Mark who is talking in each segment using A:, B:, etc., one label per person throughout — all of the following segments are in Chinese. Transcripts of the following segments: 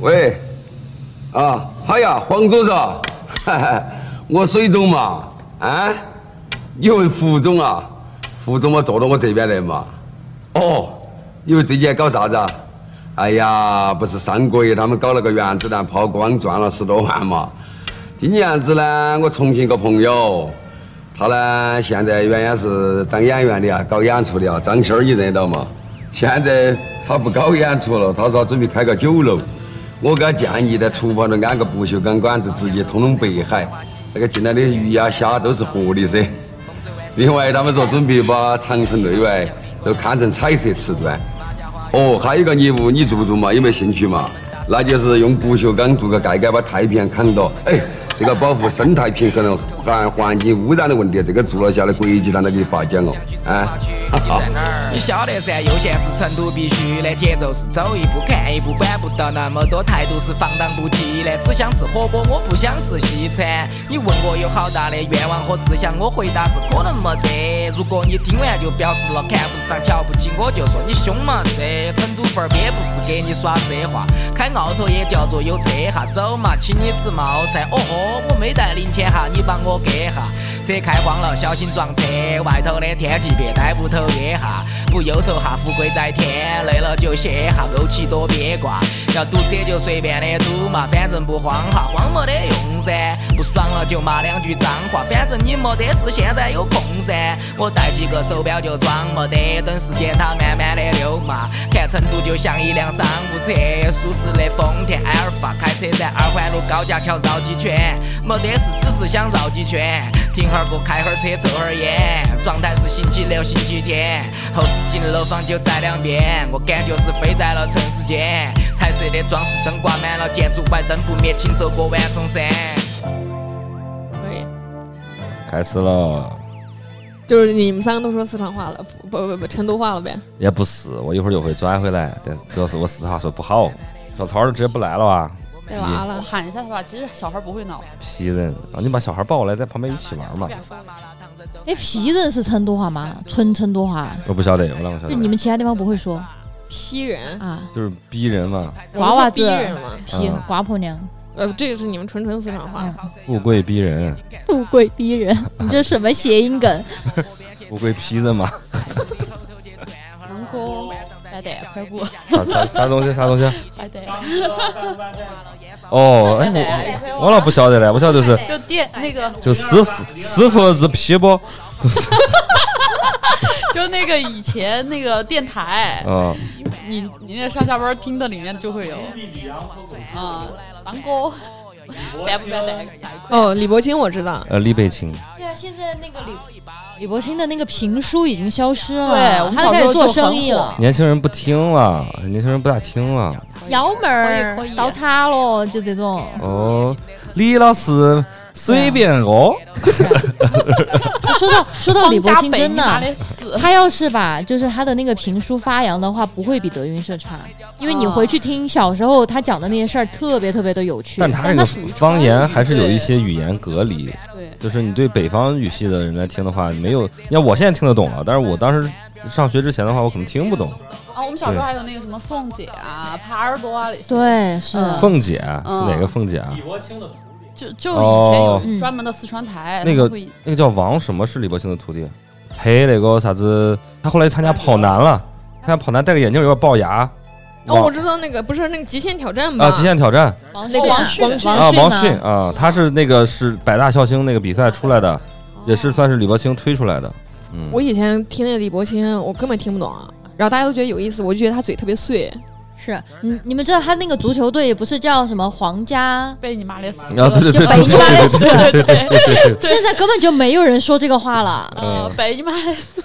A: 喂，啊，哎呀，黄组长，哈哈我水中嘛，啊，因为副总啊，副总嘛坐到我这边来嘛，哦，因为最近搞啥子啊？哎呀，不是上个月他们搞了个原子弹抛光，赚了十多万嘛。今年子呢，我重庆一个朋友，他呢现在原先是当演员的啊，搞演出的啊，张鑫儿你认得到吗？现在他不搞演出了，他说准备开个酒楼。我给他建议在厨房头安个不锈钢管子，直接通通北海，那个进来的鱼呀、虾都是活的噻。另外，他们说准备把长城内外都看成彩色瓷砖。哦，还有一个业务你做不做嘛？有没有兴趣嘛？那就是用不锈钢做个盖盖，把太平洋砍到。哎，这个保护生态平衡、环环境污染的问题，这个做了下来，国际上都给发奖哦。啊， 哈哈。
B: 你晓得噻，悠闲是成都必须的，节奏是走一步看一步，管不到那么多，态度是放荡不羁的。只想吃火锅，我不想吃西餐。你问我有好大的愿望和志向，我回答是可能没得。如果你听完就表示了看不上、瞧不起，我就说你凶嘛噻。成都范儿也不是给你耍奢华，开奥拓也叫做有车哈。走嘛，请你吃冒菜。哦豁，我没带零钱哈，你帮我给哈。车开慌了，小心撞车。外头的天气别待屋头憋哈，不忧愁哈，富贵在天。累了就歇哈，怄气多别挂。要堵车就随便的堵嘛，反正不慌哈，慌没得用噻。不爽了就骂两句脏话，反正你没得事，现在有空噻。我带几个手表就装没得，等时间它慢慢的溜嘛。看成都就像一辆商务车，舒适的丰田埃尔法，开车在二环路高架桥绕几圈，没得事，只是想绕几圈。停会儿歌，开会儿车，抽会儿烟，状态是星期六、星期天，后视镜楼房就在两边，我感觉是飞在了城市间。彩色的装饰灯挂满了建筑外，灯不灭，请走过万重山。
C: 可以，
D: 开始了，
C: 就是你们三个都说四川话了，不不不不，成都话了呗？
D: 也不是，我一会儿就会转回来，但是主要是我四川话说不好，小曹儿直接不来了啊，
C: 带娃
E: 我
C: 了，
E: 喊一下他吧，其实小孩不会闹。
D: 皮人，啊，你把小孩抱过来，在旁边一起玩嘛，
F: 哎，皮人是成都话吗？纯成都话，
D: 我不晓得，我啷个晓
F: 就你
D: 得？
F: 们其他地方不会说
C: 批人，
F: 啊？
D: 就是逼人嘛，
F: 娃娃子
C: 我们是逼人嘛？
F: 皮
D: 嗯
F: 瓜婆娘，
C: 呃，这个是你们纯纯四川
D: 哎
C: 话。
D: 富贵逼人，
F: 富贵逼 人，你这什么谐音梗？
D: 富贵逼人嘛，
E: 能够来得快过，
D: 啥啥啥东西啥东西？
E: 来得
D: 哦，哎，我我老不晓得嘞，我晓得就是
E: 就电那个
D: 就师傅师傅是皮不？
E: 就那个以前那个电台，
D: 嗯，
E: 你你那上下班听的里面就会有，啊，能够来不来得快过。
C: 哦，李伯清我知道，
D: 呃，李北清，
F: 对啊，现在那个李李伯清的那个评书已经消失
E: 对我
F: 了，
E: 们
F: 他
E: 小
F: 开
E: 时
F: 始
E: 候
F: 做
E: 就
F: 生
E: 很
F: 意
E: 火
F: 了，
D: 年轻人不听了，年轻人不大听了。
F: 窑门
E: 可以可
F: 儿
E: 以
F: 倒插了，就这种。
D: 哦，李老师随便哦我，
F: 说到说到李伯清，真
E: 家
F: 的
E: 北，你妈得死，
F: 他要是把就是他的那个评书发扬的话，不会比德云社差，因为你回去听小时候他讲的那些事儿，特别特别的有趣
D: 但。他这
E: 但
D: 个
E: 它属于
D: 方言还是有一
E: 对
D: 些语言隔离，
E: 对，
D: 就是你对北方语系的人来听的话，没有，你看我现在听得懂了，但是我当时上学之前的话，我可能听不懂。
E: 啊，我们小时候还有那个什么凤姐啊、耙耳朵啊，，
F: 对，是
E: 嗯
D: 凤姐是哪个凤姐啊？
E: 就就以前
D: 哦
E: 有专门的四川台，
D: 那个
E: 他会
D: 那个叫王什么是李伯清的徒弟，陪那个啥子，他后来参加跑男了，参加跑男戴个眼镜有点龅牙。
C: 哦，我
D: 王
C: 知道那个不是那个极限挑战吧？
D: 啊，极限挑战
F: 王
C: 那个
F: 王
C: 王
F: 王
C: 迅
D: 啊，王迅
F: 吗？
D: 啊，他是那个是百大笑星那个比赛出来的，也是算是李伯清推出来的。嗯，
C: 我以前听那李伯清，我根本听不懂啊。然后大家都觉得有意思，我就觉得他嘴特别碎。
F: 是，你你们知道他那个足球队不是叫什么皇家？
E: 被你妈的死。
D: 啊，对对对对
F: 就北京巴
D: 对
F: 勒斯，
D: 对对对对对，
F: 现在根本就没有人说这个话了。
E: 呃，被你妈的死，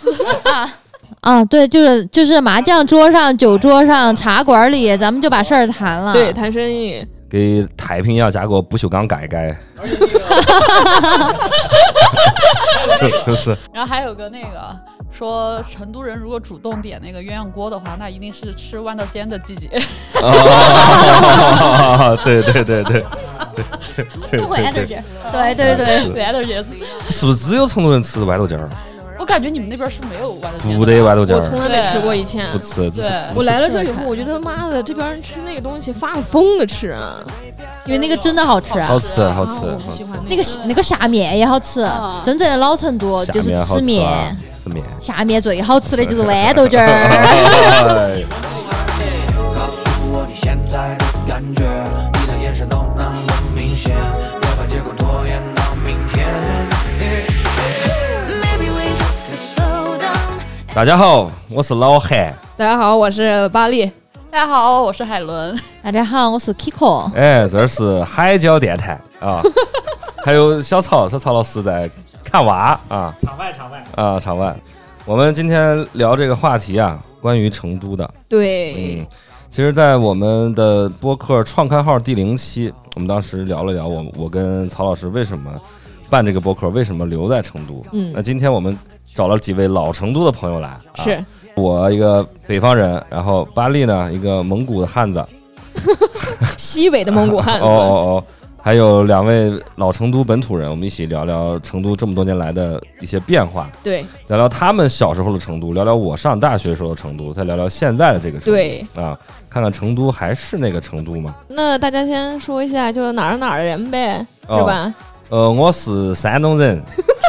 F: 啊，对，就是就是麻将桌上、酒桌上、茶馆里，咱们就把事儿谈了。
C: 对，谈生意，
D: 给太平洋加个不锈钢盖盖， 就就是
E: 然后还有个那个说，成都人如果主动点那个鸳鸯锅的话，那一定是吃豌豆尖的季节。
D: 啊， 对对对对。对对对对，
F: 对对对，
E: 对，都是
D: 是不是只有成都人吃豌豆尖儿？
E: 我感觉你们那边是没有豌豆尖
D: 不得豌豆尖
C: 我从
D: 儿，
C: 来没吃过以前。
D: 不吃。这是
E: 对
C: 我来了这以后，我觉得妈的，这边人吃那个东西发了疯的吃啊！
F: 因为那个真的好吃，
D: 好吃好吃
C: 啊我不
D: 好
C: 喜
D: 吃，
C: 欢
F: 那个那个虾面也好吃
E: 啊，
F: 真正的老成都
D: 下
F: 就是
D: 面好
F: 吃
D: 吃
F: 面
D: 啊，，吃面。
F: 下面最好吃的就是豌豆尖 儿。
D: 哎
B: 告诉我你现在的感觉，你的眼神都那么明显，别把结果拖延到明天。
G: Maybe we just could slow down.
D: 大家好，我是老韩。
C: 大家好，我是巴力，
E: 大家好，我是海伦。
F: 大家好，我是 Kiko，
D: 哎，这儿是海椒电台啊，还有小曹，小曹老师在看娃啊，场外场外啊，场外。我们今天聊这个话题啊，关于成都的，
C: 对，
D: 嗯，其实，在我们的播客创刊号第零期，我们当时聊了聊我我跟曹老师为什么办这个播客，为什么留在成都。
C: 嗯
D: 那今天我们找了几位老成都的朋友来，啊、
C: 是
D: 我一个北方人，然后巴力呢一个蒙古的汉子，
C: 西北的蒙古汉
D: 哦哦哦，还有两位老成都本土人，我们一起聊聊成都这么多年来的一些变化，
C: 对
D: 聊聊他们小时候的成都，聊聊我上大学时候的成都，再聊聊现在的这个成都。
C: 对。
D: 啊，看看成都还是那个成都吗？
C: 那大家先说一下，就是哪儿哪儿的人呗，
D: 哦
C: 是吧？
D: 呃，我是山东人。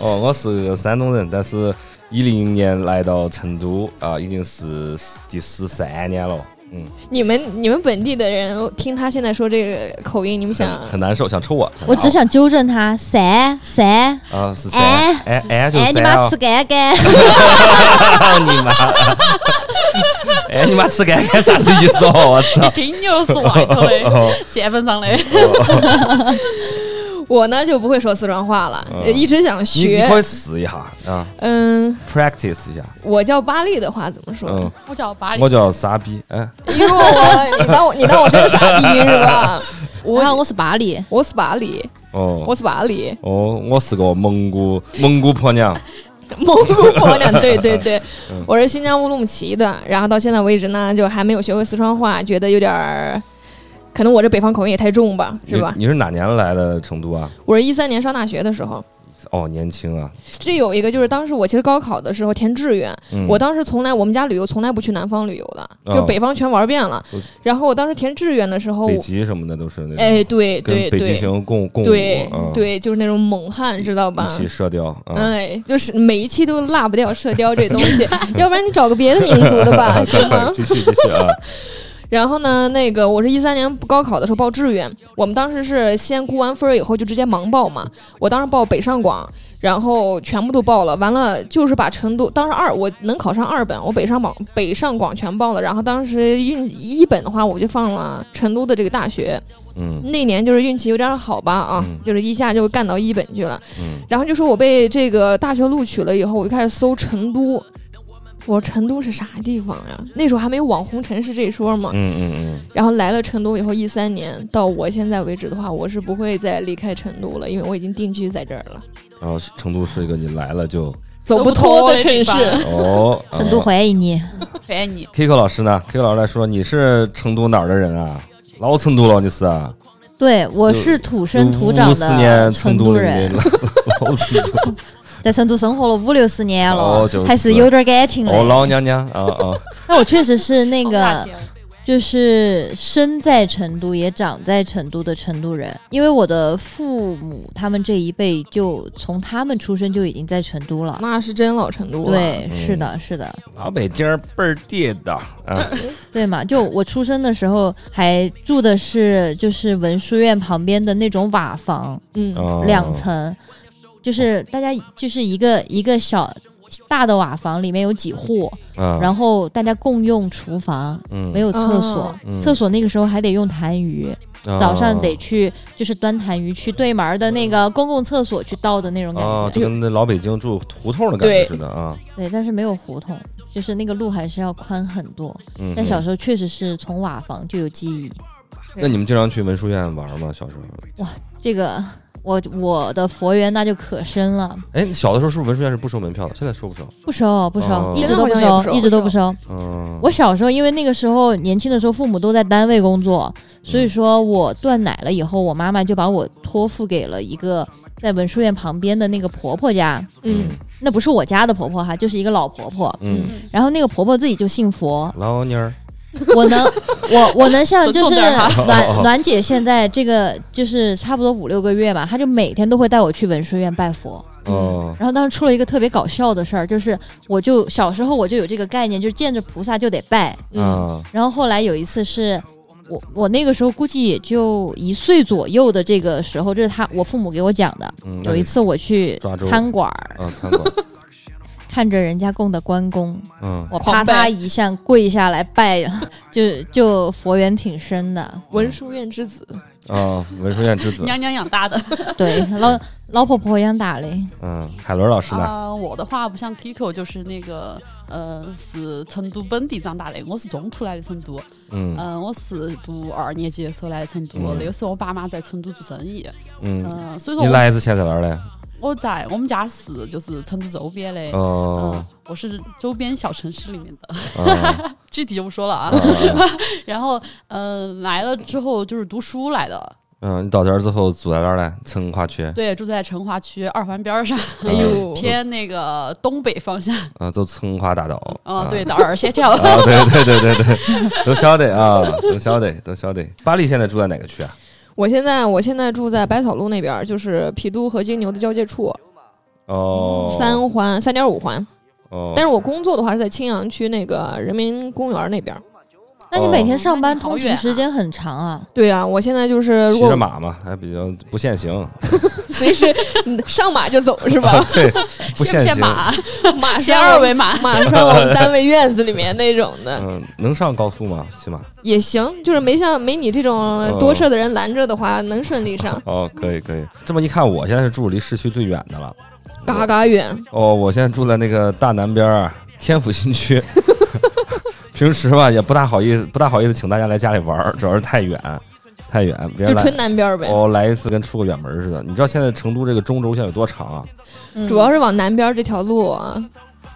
D: 哦，我是个山东人，但是一零年来到成都啊、已经是第十三年了。嗯，
C: 你们你们本地的人听他现在说这个口音，你们想
D: 很很难受，想抽我。
F: 我只想纠正他，三三，
D: 啊，是三
F: 哎
D: 哎哎，就是
F: 哎，你
D: 三
F: 妈
D: 啊
F: 吃干干，
D: 你妈！ 哎，你妈吃干干啥子意思哦？我 操！
E: 听就是外头的，县份上的。
C: 我呢就不会说四川话了，
D: 嗯
C: 呃一直想
D: 你你
C: 学。
D: 可以试一下啊
C: 嗯，
D: ，practice 一下。
C: 我叫巴力的话怎么说？
D: 嗯，
E: 我叫巴黎
D: 我，叫傻逼。哎，
C: 因为我你当我你当我真的傻逼是 吧？
F: 啊我好，我是巴黎，
C: 我是巴力，我
D: 哦
C: 是巴力，
D: 哦，我是个蒙古蒙古婆娘。
C: 蒙古婆 娘，对对对，
D: 嗯
C: 我是新疆乌鲁木齐的，然后到现在为止呢，就还没有学会四川话，觉得有点儿，可能我这北方口音也太重吧，是吧？
D: 你你是哪年来的成都啊？
C: 我是一三年上大学的时候，
D: 哦，年轻啊。
C: 这有一个就是当时我其实高考的时候填志愿，
D: 嗯，
C: 我当时从来我们家旅游从来不去南方旅游的，
D: 哦
C: 就北方全玩遍了
D: 我。
C: 然后我当时填志愿的时
F: 哦
C: 候，
D: 北极什么的都是那种
C: 哎，对
D: 跟
C: 对
D: 北极
C: 对
D: 熊共共舞，
C: 对
D: 嗯，
C: 对，就是那种猛汉，知道吧
D: 一？起射雕。嗯，
C: 哎，就是每一期都落不掉射雕这东 西，要不然你找个别的民族的吧，行吗
D: 快？ 继续继续啊。
C: 然后呢，那个我是一三年高考的时候报志愿，我们当时是先估完分儿以后就直接盲报嘛。我当时报北上广，然后全部都报了，完了就是把成都当时二我能考上二本，我北上广北上广全报了，然后当时运一本的话我就放了成都的这个大学，
D: 嗯
C: 那年就是运气有点好吧啊，
D: 嗯
C: 就是一下就干到一本去了。
D: 嗯
C: 然后就说我被这个大学录取了以后，我就开始搜成都。我说成都是啥地方呀？那时候还没有网红城市这一说嘛。
D: 嗯嗯嗯，
C: 然后来了成都以后，一三年到我现在为止的话，我是不会再离开成都了，因为我已经定居在这儿了，
D: 然后成都是一个你来了就
C: 走
E: 不
C: 脱
E: 脱
C: 的
E: 的
C: 城
E: 地方
C: 市。
D: 哦，
F: 成都
D: 啊
F: 欢迎你。
E: 烦你。
D: Kiko 老师呢？Kiko 老师来说，你是成都哪儿的人啊？老成都了，你是啊？
F: 对，我是土生土长
D: 五十年
F: 的
D: 成
F: 成
D: 都
F: 都
D: 人
F: 人，
D: 民，老成都，
F: 在成都生活了五六十年
D: 哦
F: 了
D: 就是，
F: 还是有点感情
D: 哦，
F: 的。
D: 老娘娘啊啊！
F: 但我确实是那
E: 大
F: 个
E: 姐，
F: 就是生在成都也长在成都的成都人，因为我的父母他们这一辈就从他们出生就已经在成都了。
C: 那是真老成都了。，啊
F: 对，
D: 嗯
F: 是的，是的，
D: 老北京儿倍儿地道啊！
F: 对嘛？就我出生的时候还住的是就是文殊院旁边的那种瓦房，
C: 嗯，
D: 哦
F: 两层，就是大家就是一个一个小大的瓦房，里面有几户，
D: 啊，
F: 然后大家共用厨房，
D: 嗯
F: 没有厕所
C: 哦。
D: 嗯哦
F: 厕所那个时候还得用痰盂，早上得去就是端痰盂去对门儿的那个公共厕所去倒的那种感
D: 啊，
F: 觉。
D: 就跟那老北京住胡同的感觉似的啊。
F: 哦对，但是没有胡同，就是那个路还是要宽很多。
D: 嗯，
F: 但小
D: 嗯
F: 时候确实是从瓦房就有记忆，
D: 那你们经常去文殊院玩吗？小时候
F: 这个我我的佛缘那就可深了，
D: 哎，你小的时候是不是文殊院是不收门票的？现在收不收？
F: 不收不收，
D: 哦
F: 一直都
C: 现在好像也不收
F: 一直都不收。
D: 嗯，
F: 我小时候，因为那个时候年轻的时候，父母都在单位工作，所以说我断奶了以后，我妈妈就把我托付给了一个在文殊院旁边的那个婆婆家。
C: 嗯，
F: 那不是我家的婆婆哈，就是一个老婆婆。
D: 嗯，
F: 然后那个婆婆自己就信佛，
D: 老妮儿，
F: 我能，我我 能像就
E: 重
F: 是
E: 点儿哈
F: 暖暖姐现在这个就是差不多五六个月吧，她就每天都会带我去文殊院拜佛。
D: 哦，
F: 然后当时出了一个特别搞笑的事儿，就是我就小时候我就有这个概念，就是见着菩萨就得拜。
C: 嗯
D: 啊，
F: 然后后来有一次是我我那个时候估计也就一岁左右的这个时候，这是他我父母给我讲的。
D: 嗯，
F: 有一次我去
D: 抓周
F: 餐馆儿，
D: 啊，餐馆，
F: 看着人家供的关公，
D: 嗯，
F: 我啪
C: 狂拜
F: 嗒一下跪下来拜， 就就佛缘挺深的。
C: 文殊院之子，
D: 啊，文殊院之 子，
E: 娘娘养大的。
F: 对，老老婆婆一样打嘞。
D: 嗯，海伦老师
F: 哦
D: 呢？
E: 啊、我的话不像 Kiko，就是那个呃，是成都本地长大的，我是中途来的成都。嗯、
F: 呃
D: 嗯
E: 我是读二年级的时候来的成都，
D: 嗯
E: 那个时候我爸妈在成都做生意，嗯、
F: 呃
D: 嗯，
E: 所以说
D: 你
E: 我
D: 来自现在哪儿嘞？
E: 我在我们家是就是成都周边的。嗯、
D: 哦，
E: 我是周边小城市里面的，
D: 啊
E: 具体就不说了啊。 然后，嗯、来了之后就是读书来的，
D: 嗯，你到这儿之后住在哪儿嘞？成华区，
E: 对，住在成华区二环边儿上，
C: 哎呦，
E: 偏那个东北方向。
D: 啊，走成华大道。
F: 哦
E: 啊，对，到二仙桥。
D: 啊，对对对对对，都晓得啊，都晓得，都晓得。巴黎现在住在哪个区啊？
C: 我现在我现在住在百草路那边儿，就是郫都和金牛的交界处，
D: 哦，
C: 三环三点五环。
D: 哦，
C: 但是我工作的话是在青羊区那个人民公园那边儿。
F: 那你每天上班
E: 哦
F: 通勤时间很长啊？
C: 对啊，我现在就是如
D: 骑着
C: 果
D: 马嘛，还比较不限行，
C: 随时嗯上马就走是
D: 啊
C: 吧？
D: 对，不
E: 限
D: 限
E: 不限
D: 行。
E: 马？
C: 马
E: 限
C: 上
E: 二维码。
C: 马 上往单位院子里面那种的
D: 嗯，能上高速吗？起码
C: 也行，就是没像没你这
D: 嗯
C: 种多事儿的人拦着的话，能顺利上，
D: 哦，可以可以。这么一看，我现在是住离市区最远的了。
C: 嘎嘎远。
D: 哦，我现在住在那个大南边儿天府新区。 平时吧也不大好意思，不大好意思请大家来家里玩儿，主要是太远，太远，别
C: 就
D: 人来
C: 纯南边儿呗，
D: 哦来一次跟出个远门儿似的。你知道现在成都这个中轴线有多长啊？
F: 嗯
C: 主要是往南边儿这条路啊，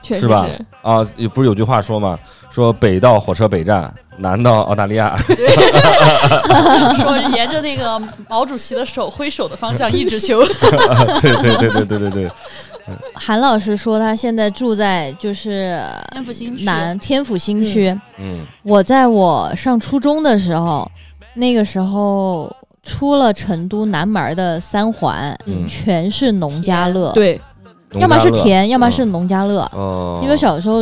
C: 确实
D: 是吧啊，有不是有句话说嘛，说北到火车北站，南到澳大利亚。
E: 嗯说沿着那个毛主席的手挥手的方向一直 修。
D: 对对对对对对对，
F: 韩老师说他现在住在就是
E: 天府新区
F: 南天府新区。
D: 嗯
F: 我在我上初中的时候，那个时候出了成都南门的三环，
D: 嗯，
F: 全是农家乐，
C: 对，
D: 农
F: 要么
D: 家
F: 是
D: 乐
F: 田，要么是农家乐。
D: 哦，
F: 因为小时候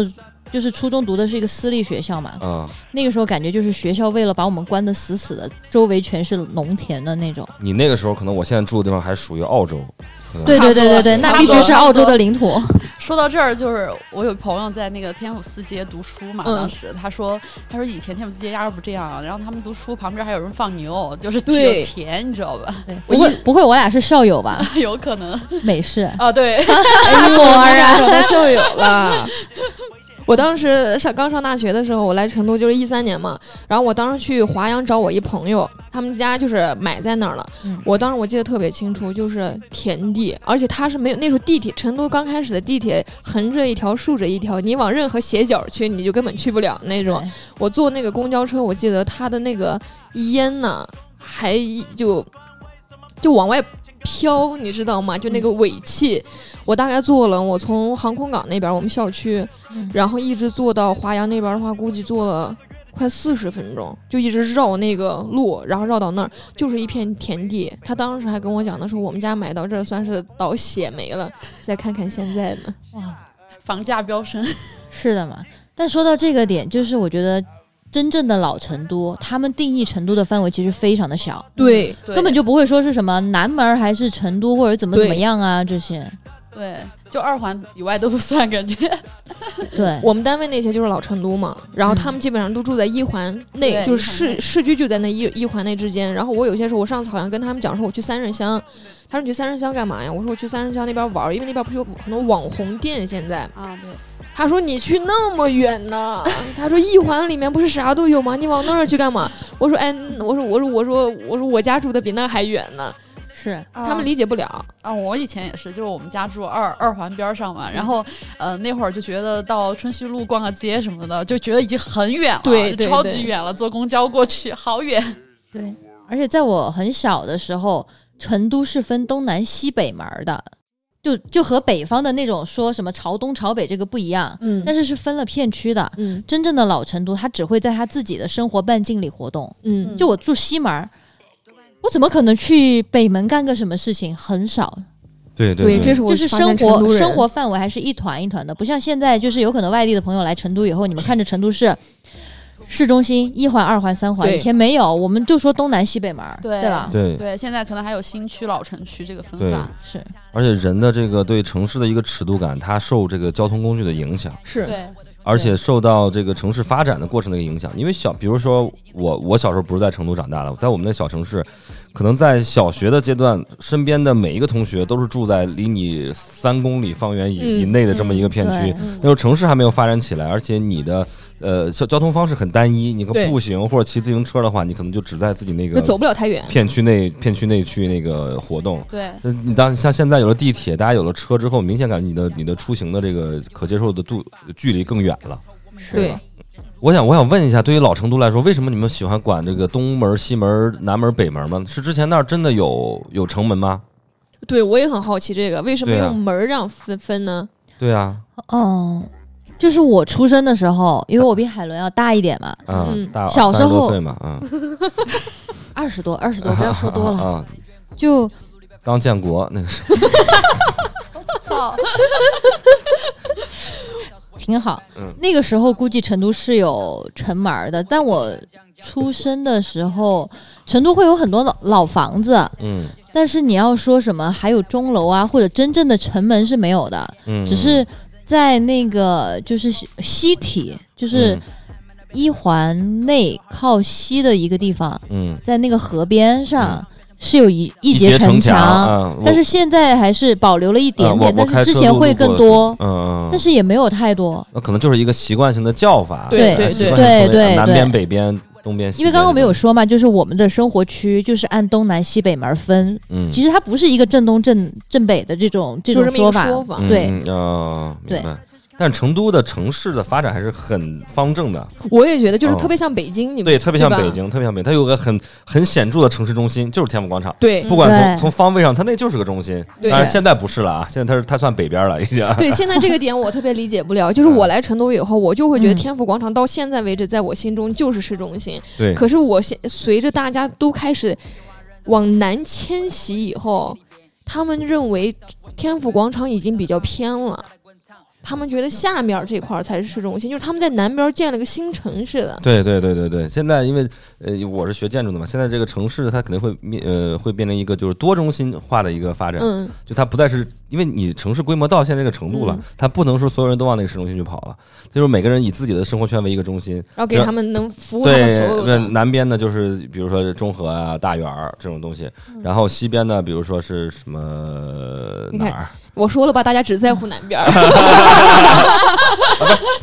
F: 就是初中读的是一个私立学校嘛，
D: 啊，
F: 那个时候感觉就是学校为了把我们关得死死的，周围全是农田的那种。
D: 你那个时候可能我现在住的地方还属于澳洲，可能
F: 对对对对对，
E: 差
F: 那
E: 不
F: 必
E: 多
F: 须是澳洲的领土。
E: 说到这儿，就是我有朋友在那个天府四街读书嘛，
C: 嗯
E: 当时他说，他说以前天府四街压根儿不这样，啊然后他们读书旁边还有人放牛，就是
C: 对
E: 有田，你知道吧？
F: 不会不会，我俩是校友吧？
E: 有可能
F: 美式。
E: 啊，对，
C: 果然哎找到校友了。我当时上刚上大学的时候，我来成都就是一三年嘛，然后我当时去华阳找我一朋友，他们家就是买在那儿了。
F: 嗯
C: 我当时我记得特别清楚，就是田地，而且它是没有那时候地铁，成都刚开始的地铁横着一条竖着一条，你往任何斜角去你就根本去不了那种。我坐那个公交车，我记得它的那个烟呢，还就就往外飘，你知道吗？就那个尾气。我大概坐了，我从航空港那边，我们校区，
F: 嗯
C: 然后一直坐到华阳那边的话，估计坐了。快四十分钟，就一直绕那个路，然后绕到那儿，就是一片田地。他当时还跟我讲的说，我们家买到这儿算是倒血霉了，再看看现在呢。
F: 哇，
E: 房价飙升，
F: 是的嘛。但说到这个点，就是我觉得真正的老成都，他们定义成都的范围其实非常的小，嗯
C: 对，
E: 对
F: 根本就不会说是什么南门儿还是成都或者怎么怎么
C: 对
F: 样啊这些。
E: 对，就二环以外都不算，感觉
F: 对，
C: 我们单位那些就是老成都嘛，然后他们基本上都住在一环内，
E: 对
C: 就是
E: 一
C: 市
E: 环内
C: 市区就在那一一环内之间。然后我有些时候，我上次好像跟他们讲说我去三圣乡，他说你去三圣乡干嘛呀？我说我去三圣乡那边玩儿，因为那边不是有很多网红店现在。
E: 啊，对。
C: 他说你去那么远呢？他说一环里面不是啥都有吗？你往那儿去干嘛？我说哎，我说我说我说我说我家住的比那还远呢。
F: 是
C: 他们理解不了。
E: 啊，我以前也是，就是我们家住二二环边儿上嘛，然后呃那会儿就觉得到春熙路逛个街什么的，就觉得已经很远了，
C: 对对
E: 超
C: 对
E: 级远了，坐公交过去好远。
F: 对，而且在我很小的时候，成都是分东南西北门儿的，就就和北方的那种说什么朝东朝北这个不一样，
C: 嗯
F: 但是是分了片区的。
C: 嗯
F: 真正的老成都，他只会在他自己的生活半径里活动。
C: 嗯，
F: 就我住西门儿，我怎么可能去北门干个什么事情？很少，
D: 对
C: 对，这是我
F: 就是
C: 发现
F: 生
C: 成都
F: 活
C: 人
F: 生活范围还是一团一团的，不像现在，就是有可能外地的朋友来成都以后，你们看着成都市市中心一环、二环、三环，
C: 对
F: 以前没有，我们就说东南西北门儿，
E: 对
F: 吧？
D: 对
E: 对，现在可能还有新区、老城区这个分
D: 对
E: 法。
F: 是
D: 而且人的这个对城市的一个尺度感，它受这个交通工具的影响，
C: 是
E: 对，
D: 而且受到这个城市发展的过程的一个影响。因为小，比如说我，我小时候不是在成都长大的，在我们那小城市，可能在小学的阶段，身边的每一个同学都是住在离你三公里方圆以、
C: 嗯
D: 以内的这么一个片区。那时候城市还没有发展起来，而且你的呃交交通方式很单一，你可
C: 对
D: 步行或者骑自行车的话，你可能就只在自己那
C: 就
D: 个
C: 走不了太远。
D: 片区内片区内去那个活动。
E: 对，
D: 那你当像现在有了地铁，大家有了车之后，明显感觉你的你的出行的这个可接受的度距离更远了。
C: 对，
D: 我想我想问一下，对于老成都来说，为什么你们喜欢管这个东门、西门、南门、北门吗？是之前那儿真的有有城门吗？
C: 对我也很好奇这个为什么
D: 对啊
C: 用门儿让分分呢？
D: 对啊，
F: 嗯，就是我出生的时候，因为我比海伦要大一点嘛，
D: 啊、
C: 嗯
D: 大
F: 小时候
D: 三十多岁嘛，啊，
F: 二十多，二十多，不要说多了，
D: 啊，
F: 就
D: 刚建国那个时候，
E: 操，
F: 挺好。
D: 嗯
F: 那个时候估计成都是有城门儿的，但我出生的时候，成都会有很多老老房子，
D: 嗯
F: 但是你要说什么还有钟楼啊，或者真正的城门是没有的，
D: 嗯，
F: 只是在那个就是西西体，就是
D: 嗯
F: 一环内靠西的一个地方，
D: 嗯
F: 在那个河边上。是有一一截
D: 城
F: 墙，
D: 啊，呃
F: 但是现在还是保留了一
D: 一
F: 点点，但是之前会更多，
D: 嗯嗯，
F: 但是也没有太多，
D: 那可能就是一个习惯性的叫法，
C: 对
D: 哎
C: 对
D: 习
C: 对
D: 惯性
F: 对
D: 成为
F: 对
D: 南边、
F: 对
D: 北边、东边、西边
F: 因为刚刚我们有说嘛，就是我们的生活区就是按东南西北门分，
D: 嗯，
F: 其实它不是一个正东正正北的这种这
C: 就
F: 种
C: 这么一个
F: 说法，
C: 说法，
D: 嗯
F: 对
D: 嗯哦，明
F: 对
D: 白。但成都的城市的发展还是很方正的，
C: 我也觉得就是
D: 哦
C: 特别像北 京，你们
D: 对，特别像
C: 吧
D: 北京，特别像北，它有个很很显著的城市中心，就是天府广场。
C: 嗯对
F: 嗯
D: 不管从
F: 对
D: 从方位上，它那就是个中心。
C: 对
D: 当然现在不是了啊，现在它是它算北边了已经。
C: 对，现在这个点我特别理解不了。就是
D: 嗯
C: 我来成都以后，我就会觉得
F: 嗯
C: 天府广场到现在为止，在我心中就是市中心。
D: 对
C: 可是我现随着大家都开始往南迁徙以后，他们认为天府广场已经比较偏了。他们觉得下面这块儿才是市中心，就是他们在南边建了个新城似的。
D: 对对对对对，现在因为呃我是学建筑的嘛，现在这个城市它肯定会面呃会变成一个就是多中心化的一个发展。
C: 嗯，
D: 就它不再是因为你城市规模到现在这个程度了，
C: 嗯
D: 它不能说所有人都往那个市中心去跑了，就是每个人以自己的生活圈为一个中心。
C: 然后给
D: 然后
C: 他们能服务他们所
D: 对
C: 有，
D: 那
C: 的。
D: 南边呢就是比如说中和啊、大园儿这种东西，然后西边呢，比如说是什么
C: 你
D: 哪
C: 看
D: 儿？
C: 我说了吧，大家只在乎南边儿。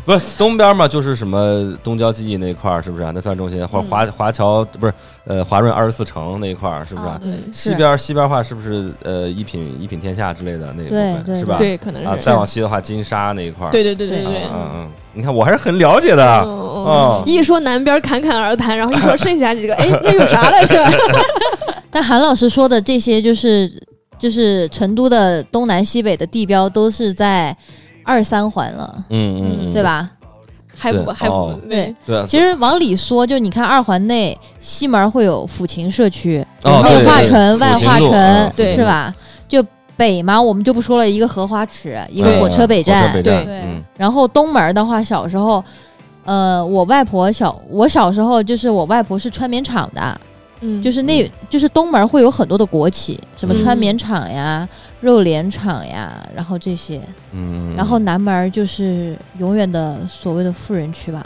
D: 不是东边嘛，就是什么东郊记忆那一块儿，是不是、啊？那算中心，或者华华侨不是呃华润二十四城那一块儿，是不是、啊？
C: 嗯
D: 西边西边话是不是呃一品一品天下之类的那一部
F: 对对
D: 分是吧？
C: 对，可能
D: 啊，
C: 是。
D: 再往西的话，金沙那一块儿，
C: 对对对对对对。
D: 嗯嗯，你看我还是很了解的。
C: 哦
D: 哦，
C: 一说南边侃侃而谈，然后一说剩下几个，哎，那有啥来着？
F: 但韩老师说的这些，就是就是成都的东南西北的地标，都是在二三环了，
D: 嗯嗯嗯，
F: 对？吧？
C: 还不
D: 对
C: 还不
D: 哦
C: 对，
D: 对啊，
F: 其实往里缩，就你看二环内西门会有府情社区、
D: 哦
C: 对
F: 内化
D: 对对
F: 城、外
D: 府情
F: 化
D: 路
F: 城
D: 嗯，
C: 对
F: 是吧？就北嘛，我们就不说了，一个荷花池，一个
D: 嗯
F: 火车北站，
D: 火车北
E: 对
D: 嗯
F: 然后东门儿的话，小时候，呃，我外婆小我小时候就是我外婆是穿棉厂的，
C: 嗯，
F: 就是那就是东门会有很多的国企，什么
D: 嗯
F: 川棉厂呀、肉联厂呀，然后这些，
D: 嗯，
F: 然后南门儿就是永远的所谓的富人区吧，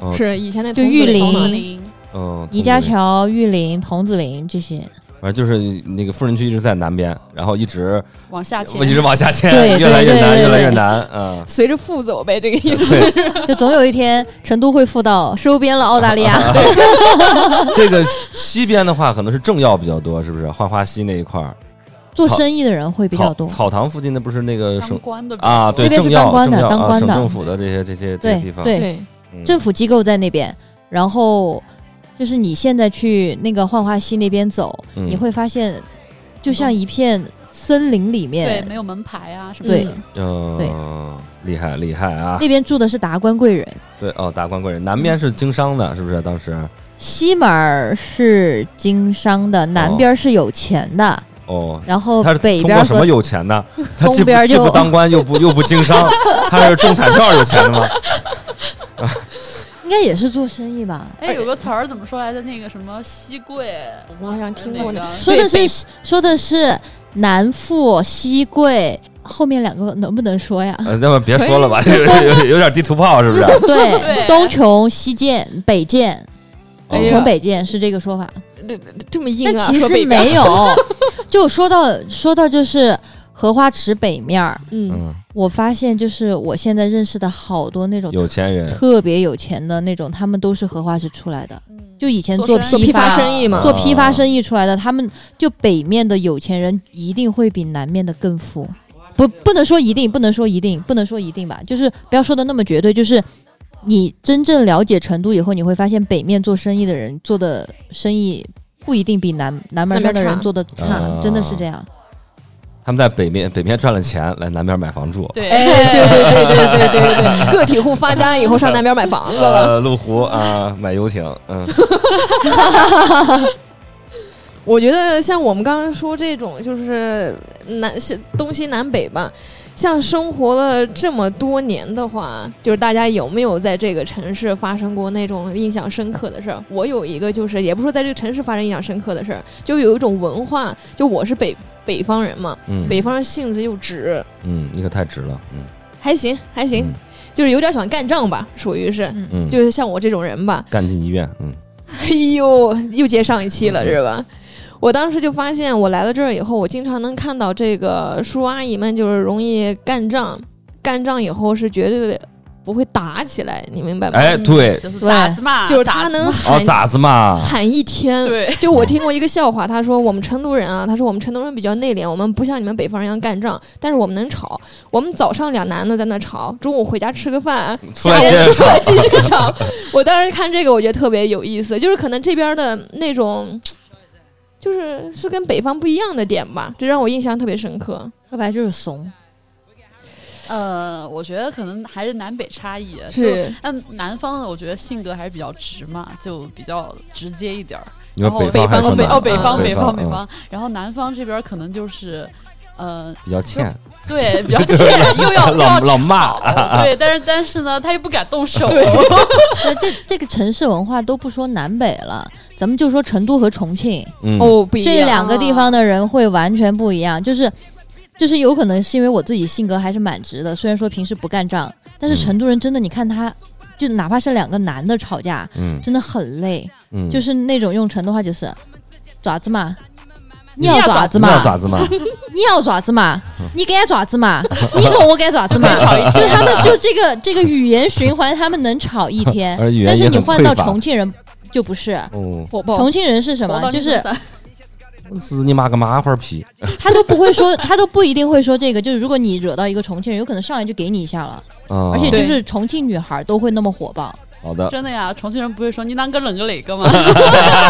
D: 哦
C: 是以前那
F: 就
C: 童子
F: 玉
C: 里头嘛，
F: 林
E: 林，
D: 嗯，
F: 倪家
D: 同意，
F: 桥、玉林、桐梓林这些，
D: 反正就是那个富人区一直在南边，然后一直
E: 往下切
D: 我。一直往下迁，
F: 对对
D: 越来越
F: 对
D: 难，
F: 对
D: 越来越
F: 对
D: 难，嗯
C: 随着富走呗，这个意思。
D: 对，
F: 就总有一天成都会富到收编了澳大利亚。
D: 这个西边的话可能是政要比较多，是不是？浣花溪那一块儿，
F: 做
D: 草
F: 生意的人会比较
D: 草
F: 多。
D: 草堂附近的不是那个
E: 当
D: 省
E: 官的比较
D: 啊，
E: 多
D: 对，
F: 那边
D: 政
F: 是
D: 要
F: 当官的
D: 政要
F: 当
D: 啊，
F: 官
D: 省
F: 的
D: 政府的这些这些这些
F: 对
D: 地方，
F: 对
D: 嗯
F: 政府机构在那边，然后就是你现在去那个浣花溪那边走，
D: 嗯
F: 你会发现，就像一片森林里
E: 对，
F: 面，
E: 没有门牌啊什么
F: 对
E: 的。
D: 嗯，厉害厉害啊！
F: 那边住的是达官贵人，
D: 对哦，达官贵人，南边是经商的，是不是？当时
F: 西门儿是经商的，南边是有钱的，
D: 哦，
F: 然后
D: 他是
F: 北
D: 通
F: 边
D: 过什么
F: 和
D: 有钱呢？他既
F: 东
D: 不
F: 边
D: 既不
F: 就
D: 当官，又不又不经商，他是中彩票有钱的吗？？
F: 应该也是做生意吧。
E: 哎，有个词儿怎么说来着？那个什么西贵，
C: 我好像听过
E: 那
C: 呢。
E: 个
F: 说的
C: 对
F: 是说的是南富西贵，后面两个能不能说呀
D: 呃，要不别说了吧，有有有点地图炮， 是不是？
E: 嗯
F: 对，
E: 对
F: 东穷西贱北贱，
D: 哎
F: 东
D: 呀
F: 穷北贱是这个说法。
C: 这么硬
F: 但
C: 啊？
F: 其
C: 河
F: 实
C: 北边
F: 没有。就说到说到就是荷花池北面儿，
C: 嗯，
D: 嗯，
F: 我发现就是我现在认识的好多那种
D: 有钱人，
F: 特别有钱的那种，他们都是荷花池出来的，
E: 嗯
F: 就以前
E: 做
F: 做
E: 生
C: 做
E: 意
F: 批
C: 批发
F: 发
C: 生意嘛
D: 啊，
F: 做批发生意出来的，他们就北面的有钱人一定会比南面的更富。不，不能说一定，不能说一定，不能说一定吧，就是不要说的那么绝对。就是你真正了解成都以后，你会发现北面做生意的人做的生意不一定比南南门
C: 那边
F: 上的人
C: 差
F: 做的
D: 啊
F: 差，真的是这样。
D: 他们在北面北面赚了钱，来南边买房住。
E: 对，
C: 哎，对对对对对对对 对，个体户发家了以后上南边买房子了。
D: 呃，路虎啊，买游艇，嗯，
C: 我觉得像我们刚刚说这种，就是南西东西南北吧，像生活了这么多年的话，就是大家有没有在这个城市发生过那种印象深刻的事儿？我有一个，就是也不是说在这个城市发生印象深刻的事儿，就有一种文化，就我是北北方人嘛，
D: 嗯
C: 北方人性子又直，
D: 嗯，你可太值了，嗯
C: 还行还行，
D: 嗯
C: 就是有点喜欢干仗吧，属于是。
D: 嗯，
C: 就是像我这种人吧，
D: 干进医院，嗯
C: 哎呦，又接上一期了是吧？我当时就发现，我来了这儿以后，我经常能看到这个叔叔阿姨们就是容易干仗，干仗以后是绝对不会打起来，你明
E: 嗯
C: 白吗？
D: 哎，对，
E: 就是
F: 对
E: 咋子嘛，
C: 就是
E: 咋
C: 他
E: 子
C: 能
E: 嘛
D: 哦
C: 喊、，
D: 咋子嘛，
C: 喊一天。
E: 对，
C: 就我听过一个笑话，他说我们成都人啊，他说我们成都人比较内敛，我们不像你们北方人一样干仗，但是我们能吵。我们早上两男的在那吵，中午回家吃个饭，
D: 出
C: 下
D: 来接着
C: 午出来
D: 吵
C: 继续吵。 我当时看这个，我觉得特别有意思，就是可能这边的那种，就是是跟北方不一样的点吧，这让我印象特别深刻。
F: 说白了就是怂，
E: 呃，我觉得可能还是南北差异。啊就，
C: 是
E: 那南方的我觉得性格还是比较直嘛，就比较直接一点儿。
D: 你说
E: 然后
D: 北方还是
E: 哦北
D: 南
E: 哦北
D: 嗯
E: 方北
D: 方
E: 北
D: 嗯
E: 方，然后南方这边可能就是，呃，
D: 比较欠，
E: 对， 比较欠，又要又
D: 老
E: 要
D: 老骂
E: 吵， 对，但是但是呢，他又不敢动手，
F: 那这这个城市文化都不说南北了，咱们就说成都和重庆。
D: 嗯，
C: 哦，不一样。
F: 这两个地方的人会完全不一样，就是就是有可能是因为我自己性格还是蛮直的，虽然说平时不干仗，但是
D: 嗯
F: 成都人真的，你看他。就哪怕是两个男的吵架，
D: 嗯
F: 真的很累，
D: 嗯，
F: 就是是那种用成都话就是，爪子嘛，你
E: 要
F: 要
E: 爪
F: 爪子嘛
D: 那，咋 子嘛，
F: 你要爪 子嘛，你敢爪子嘛，你说我敢爪子嘛，
E: 吵一天
F: 就他们就这个这个语言循环，他们能吵一天，
D: 而语言
F: 但是
D: 也
F: 你
D: 很
F: 换到
D: 匮乏
F: 重庆人就不是，
D: 哦，
C: 火爆
F: 重庆人是什
E: 活
F: 么？
E: 到
F: 就
E: 凌
F: 是
E: 晨三
D: 是你妈个麻花皮，
F: 他都不会说， 他都不一定会说这个。就是如果你惹到一个重庆人，有可能上来就给你一下了，
D: 啊，
F: 而且就是重庆女孩都会那么火爆，
D: 好的，
E: 真的呀，重庆人不会说你啷个冷个哪 个吗？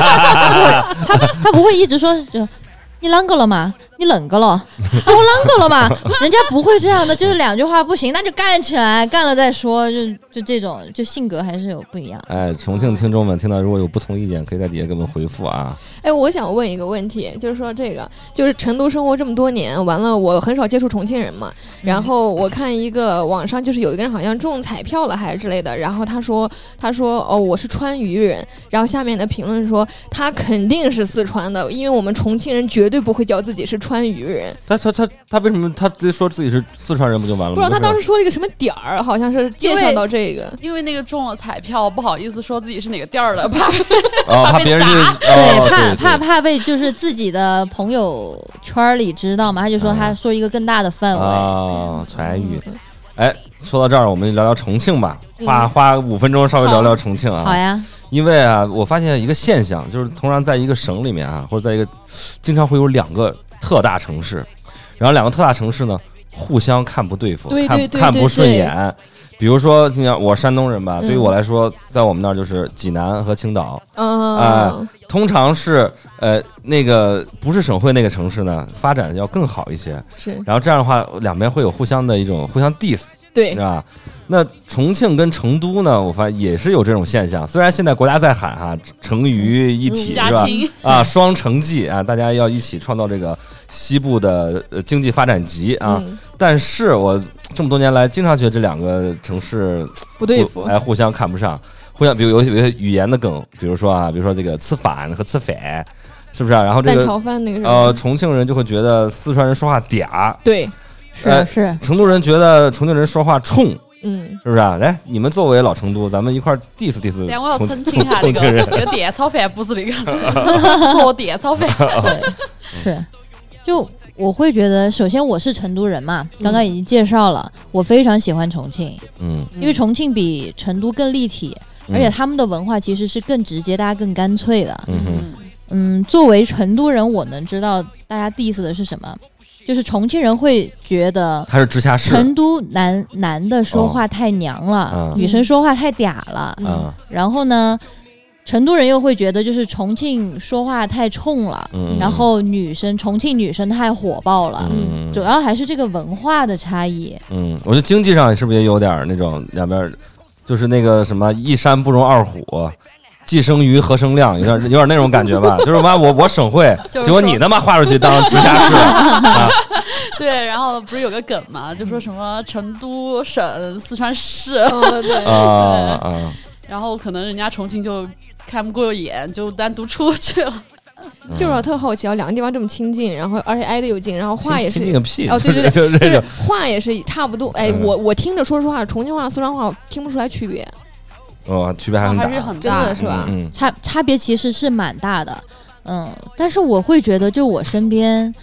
F: 他他不会一直说就你啷个了吗？你冷个了？啊，我啷个了 吗？人家不会这样的，就是两句话不行，那就干起来，干了再说，就就这种，就性格还是有不一样。
D: 哎，重庆听众们听到如果有不同意见，可以在底下给我们回复啊。
C: 哎，我想问一个问题，就是说这个，就是成都生活这么多年，完了我很少接触重庆人嘛。
F: 嗯
C: 然后我看一个网上，就是有一个人好像中彩票了还是之类的，然后他说他说哦我是川渝人，然后下面的评论说他肯定是四川的，因为我们重庆人绝对不会叫自己是川渝人。
D: 他他他他为什么他直接说自己是四川人不就完了吗？
C: 不知道他当时
D: 时
C: 说了一个什么点儿，好像是介绍到这个。
E: 因为那个中了彩票，不好意思说自己是哪个店儿的，怕
D: 哦，
E: 怕
D: 怕
E: 被
D: 别人就
E: 砸
D: 哦
F: 怕
D: 对
F: 怕
D: 对
F: 怕被就是自己的朋友圈里知道嘛，他就说他说一个更大的范围，嗯
D: 啊，川渝。哎，说到这儿，我们聊聊重庆吧，
C: 嗯
D: 花花五分钟稍微聊聊重庆
F: 好
D: 啊，
F: 呀，
D: 因为啊，我发现一个现象，就是通常在一个省里面啊，或者在一个，经常会有两个特大城市，然后两个特大城市呢互相看不对付，
F: 对对对
D: 看看
F: 对
D: 不顺
F: 对
D: 眼。比如说，你像我山东人吧，对于
F: 嗯
D: 我来说，在我们那儿就是济南和青岛，
C: 嗯
D: 啊，通常是呃那个不是省会那个城市呢，发展要更好一些。
C: 是
D: 然后这样的话，两边会有互相的一种互相 diss，
C: 对
D: 你知，道吧？那重庆跟成都呢，我发现也是有这种现象。虽然现在国家在喊哈、啊成渝一
C: 嗯
D: 体、
E: 家
D: 是吧？
E: 禽
D: 啊，双城记啊，大家要一起创造这个西部的呃经济发展极啊。
C: 嗯，
D: 但是我这么多年来，经常觉得这两个城市
C: 不对
D: 互
C: 付，
D: 哎，互相看不上，互相比如有有些语言的梗，比如说啊，比如说这个吃饭和吃反，是不是、啊？然后这
C: 蛋
D: 个
C: 炒饭那个什
D: 呃，
C: 么，
D: 重庆人就会觉得四川人说话 嗲，
C: 对，
D: 呃
F: 是是，
D: 成都人觉得重庆人说话冲，
C: 嗯，
D: 是不是、啊？来，你们作为老成都，咱们一块儿 diss diss
E: 但我要
D: 重
E: 澄清一下，这
D: 重庆
E: 个
D: 人。
E: 这个电炒饭不是那个， 做电炒饭。
D: 哦
F: 对，
D: 嗯
F: 是，就我会觉得，首先我是成都人嘛，刚刚已经介绍了，我非常喜欢重庆，
D: 嗯，
F: 因为重庆比成都更立体，
D: 嗯
F: 而且他们的文化其实是更直接，大家更干脆的。
D: 嗯哼，
F: 嗯，作为成都人，我能知道大家 diss 的是什么，就是重庆人会觉得
D: 他是直辖市
F: 成都男男的说话太娘了，
D: 嗯
F: 女生说话太嗲了，
D: 啊，
F: 然后呢，成都人又会觉得就是重庆说话太冲了，
D: 嗯嗯
F: 然后女生重庆女生太火爆了。
D: 嗯
F: 主要还是这个文化的差异，
D: 嗯，我觉得经济上是不是也有点儿那种两边儿，就是那个什么一山不容二虎，既生瑜何生亮，有点有点那种感觉 吧？就是妈我我省会，
E: 就是
D: 结果你他妈划出去当直辖 市啊，
E: 对，然后不是有个梗嘛，就说什么成都省、四川市，
C: 嗯对，
D: 啊啊！
E: 然后可能人家重庆就看不过眼，就单独出去了。
D: 嗯
C: 就是我特好奇啊，两个地方这么亲近，然后而且挨得又近，然后话也
D: 亲
C: 是
D: 亲。个屁！
C: 哦，对对
D: 就
C: 对，
D: 是这
C: 就是
D: 个
C: 话也是差不多。哎，
D: 嗯
C: 我我听着说实话，重庆话、四川话我听不出来区别，
D: 哇，哦区别还
E: 啊
D: 很大，
E: 还是很
C: 真
E: 大
C: 的。哦是吧？
D: 嗯，
F: 差差别其实是蛮大的，嗯，但是我会觉得，就我身边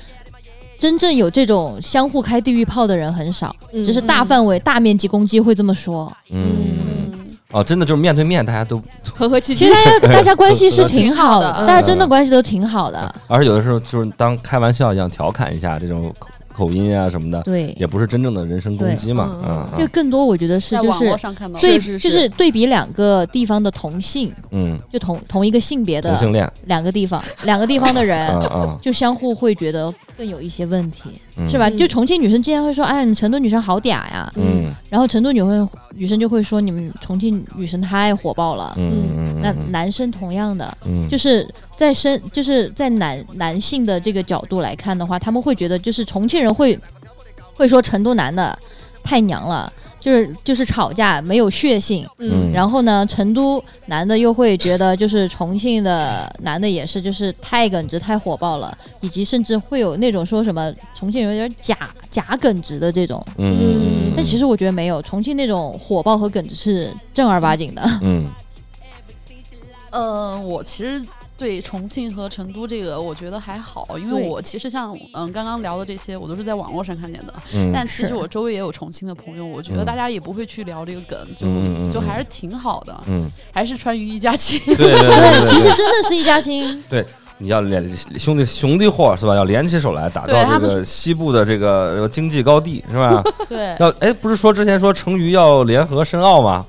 F: 真正有这种相互开地域炮的人很少，
C: 嗯
F: 只是大范围、大面积攻击会这么说。
D: 嗯嗯，
E: 嗯，
D: 哦，真的就是面对面，大家都，
C: 和和气
F: 其
C: 气
F: 实。大家大家关系是挺好的
E: 挺
D: 嗯
E: 好，的
F: 大家真的关系都挺好的。
D: 而且有的时候就是当开玩笑一样调侃一下这种口口音啊什么的，
F: 对，
D: 也不是真正的人身攻
F: 对
D: 击嘛，
C: 嗯
D: 嗯
F: 这
D: 嗯
F: 更多我觉得是
E: 在
F: 就
E: 网络
F: 是
E: 上看到
F: 对，
C: 是是
F: 就是对比两个地方的同性，
D: 嗯，
F: 就同同一个性别
D: 同
F: 的
D: 性恋，
F: 两个地方，两个地方的
D: 嗯
F: 人。
D: 嗯
F: 就相互会觉得更有一些问题，
D: 嗯，
F: 是吧？
C: 嗯
F: 就重庆女生经常会说：“哎，你成都女生好嗲呀。”
D: 嗯？
F: 然后成都女生女生就会说：“你们重庆女生太火爆了。
D: 嗯嗯嗯，
F: 那男生同样的，
D: 嗯
F: 就是在生就是在男男性的这个角度来看的话，他们会觉得就是重庆人会会说成都男的太娘了，就是就是吵架没有血性。
D: 嗯
F: 然后呢，成都男的又会觉得就是重庆的男的也是就是太耿直太火爆了，以及甚至会有那种说什么重庆人有点假假耿直的这种。
D: 嗯，
F: 但其
D: 实
F: 实我觉得没有，重庆那种火爆和耿直是正儿八经的。
D: 嗯
E: 呃，我其实对重庆和成都这个，我觉得还好，因
F: 对
E: 为我其实像嗯刚刚聊的这些，我都是在网络上看见的。
D: 嗯，
E: 但其
F: 是
E: 实我周围也有重庆的朋友，我觉
D: 嗯
E: 得大家也不会去聊这个梗，就
D: 嗯嗯嗯
E: 就
D: 嗯
E: 还是挺好的，
D: 嗯，
E: 还是川渝一家亲。
D: 对对
F: 对，其实真的是一 家亲。
D: 你要联兄弟兄弟伙是吧？要联起手来打
E: 对
D: 造这
E: 他们
D: 个西部的这个呃经济高地是吧？
E: 对，
D: 要哎，不是说之前说成渝要联合申奥吗？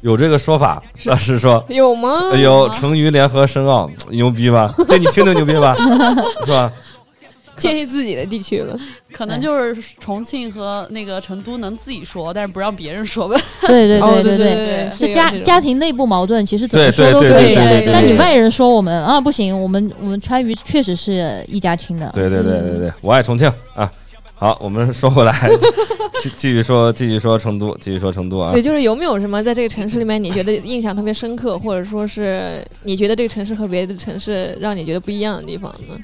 D: 有这个说法是是说。
C: 有吗
D: 哎？呦，成渝联合申奥，牛逼吧？这你听听牛逼吧，是吧？
C: 建议自己的地区了。
E: 可
F: 哎
E: 能就是重庆和那个成都能自己说，但是不让别人说呗。
F: 对对
C: 哦对
F: 对对。
C: 对，
F: 就是家
C: 有这种
F: 家庭内部矛盾，其实怎
D: 对
F: 么说
D: 对
F: 都
D: 对
F: 可
D: 对
F: 以的。
D: 对对，
F: 但你外人说我们啊不行，我们我们川渝确实是一家亲的。
D: 对对对对对，我爱重庆啊！好，我们说回来， 继继续说继续说成都，继续说成都啊
C: 对，！就是有没有什么在这个城市里面你觉得印象特别深刻，或者说是你觉得这个城市和别的城市让你觉得不一样的地方呢？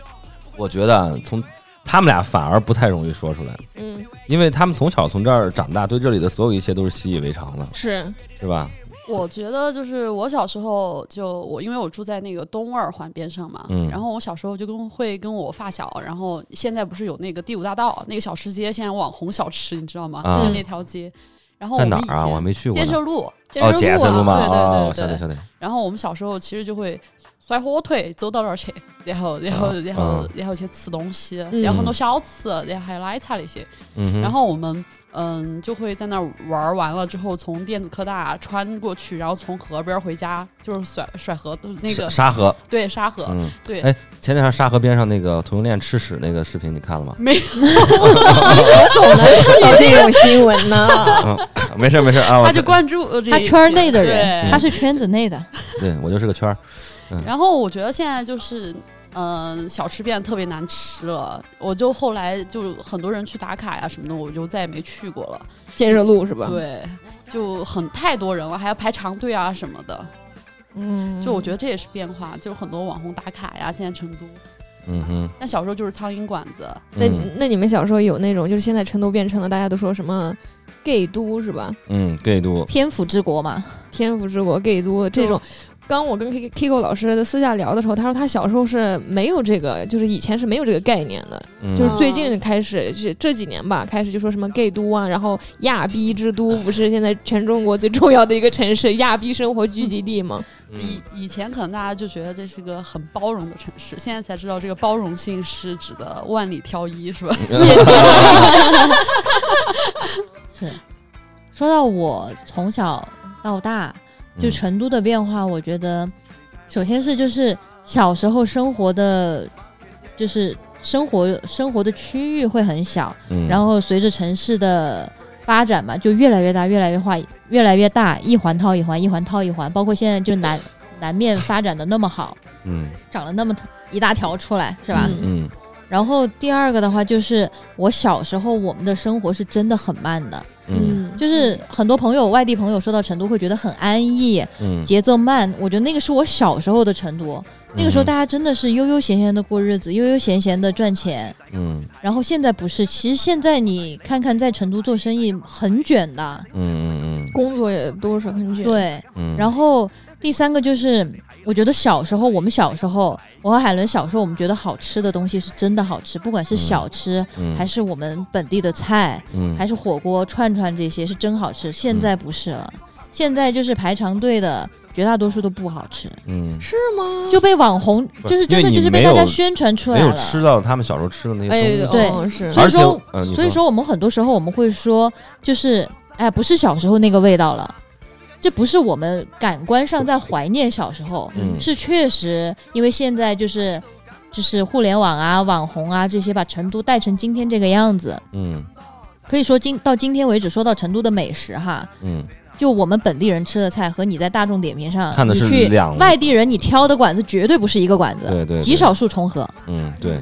D: 我觉得啊，从他们俩反而不太容易说出来，
C: 嗯，
D: 因为他们从小从这儿长大，对这里的所有一切都是习以为常了，
C: 是，
D: 是吧？
E: 我觉得就是我小时候就我，因为我住在那个东二环边上嘛，
D: 嗯
E: 然后我小时候就跟会跟我发小，然后现在不是有那个第五大道那个小吃街，现在网红小吃，你知道吗？
D: 啊
E: 就那条街。然后我
D: 在
E: 们
D: 哪
E: 以
D: 儿啊？
E: 前
D: 我还没去过
E: 建
D: 呢
E: 设。路，
C: 建
D: 哦，
C: 设
D: 解
C: 路
D: 散路
C: 啊，
D: 嘛，
E: 对对对
D: 哦，
E: 对
D: 晓得晓得。
E: 然后我们小时候其实就会甩火腿走到那儿去，然后然后
D: 啊
E: 然后
D: 啊
E: 然后去吃东西，
C: 嗯
E: 然后很多小吃，然后还有奶茶那些。
D: 嗯哼，
E: 然后我们嗯就会在那儿玩儿完了之后，从电子科大穿过去，然后从河边儿回家，就是甩甩河那
D: 沙
E: 个
D: 沙河，
E: 对沙河，
D: 嗯，
E: 对
D: 哎前两天沙河边上那个同性恋吃屎那个视频你看了吗？
E: 没
C: 怎么能看到这种新闻呢？
D: 没事儿没事儿啊，我
E: 他就
D: 这
E: 关注呃这
F: 他
E: 一
F: 圈儿
E: 期
F: 内的人，
E: 对
F: 他是圈子内的，
D: 对我就是个圈儿，
E: 然后我觉得现在就是，嗯、小吃变得特别难吃了。我就后来就很多人去打卡呀什么的，我就再也没去过了。
C: 建设路是吧？，
E: 对，就很太多人了，还要排长队啊什么的。
C: 嗯，
E: 就我觉得这也是变化，就是很多网红打卡呀。现在成都，
D: 嗯哼，
E: 但小时候就是苍蝇馆子，
C: 那
D: 嗯
C: 那你们小时候有那种就是现在成都变成了大家都说什么 gay 都是吧？
D: 嗯，gay 都，
F: 天府之国嘛。
C: 天府之国 gay 都这种。刚我跟 K Kiko 老师私下聊的时候，他说他小时候是没有这个，就是以前是没有这个概念的，
D: 嗯
C: 就是
F: 哦
C: 最近开始这这几年吧，开始就说什么 gay 都啊，然后亚逼之都不是现在全中国最重要的一个城市，亚逼生活聚集地吗？
D: 嗯
E: 以以前可能大家就觉得这是个很包容的城市，现在才知道这个包容性是指的万里挑一，是吧？
D: 嗯
F: 是，说到我从小到大，就
D: 嗯
F: 成都的变化，我觉得首先是就是小时候生活的，就是生活生活的区域会很小，
D: 嗯
F: 然后随着城市的发展嘛，就越来越大，越来越化，越来越大，一环套一环，一环套一环，包括现在就南南面发展的那么好，
D: 嗯
F: 长了那么一大条出来，是吧？
C: 嗯
D: 嗯
F: 然后第二个的话就是我小时候我们的生活是真的很慢的，
D: 嗯
F: 就是很多朋友外地朋友说到成都会觉得很安逸，
D: 嗯，
F: 节奏慢。我觉得那个是我小时候的成都，那个时候大
D: 家
F: 家真的是悠悠闲闲的过日子，悠悠闲闲的赚钱。
D: 嗯
F: 然后现在不是，其实现在你看看在成都做生意很卷的，
D: 嗯嗯
C: 工作也都是很卷，，
F: 对。
D: 嗯，
F: 然
D: 后
F: 后第三个就是，我觉得小时候我们小时候，我和海伦小时候我们觉得好吃的东西是真的好吃，不管是
D: 嗯
F: 小吃还是我们本地的菜，
D: 嗯
F: 还是火锅、串串这些是真好吃。现在不是了，现在就是排长队的绝大多数都不好吃，
D: 嗯
C: 是吗？
F: 就被网红
D: 不
F: 就是是真
D: 因为
F: 的
D: 你
F: 就是被
D: 没
F: 大
D: 有
F: 家宣传出
D: 没
F: 来
D: 有
F: 了。
D: 吃到他们小时候吃的那
C: 哎
D: 些东西，
F: 对
C: 哦是，
F: 所以
D: 而且
F: 说
D: 呃你
F: 所以
D: 说
F: 说我们很多时候我们会说，就是哎，不是小时候那个味道了。这不是我们感官上在怀念小时候，
D: 嗯
F: 是确实因为现在就是就是互联网啊、网红啊这些把成都带成今天这个样子。
D: 嗯
F: 可以说今到今天为止，说到成都的美食哈，
D: 嗯
F: 就我们本地人吃的菜和你在大众点评上
D: 看的是
F: 你去
D: 两
F: 外地人你挑的馆子绝对不是一个馆子，
D: 对对
F: 极少数重合。
D: 嗯对，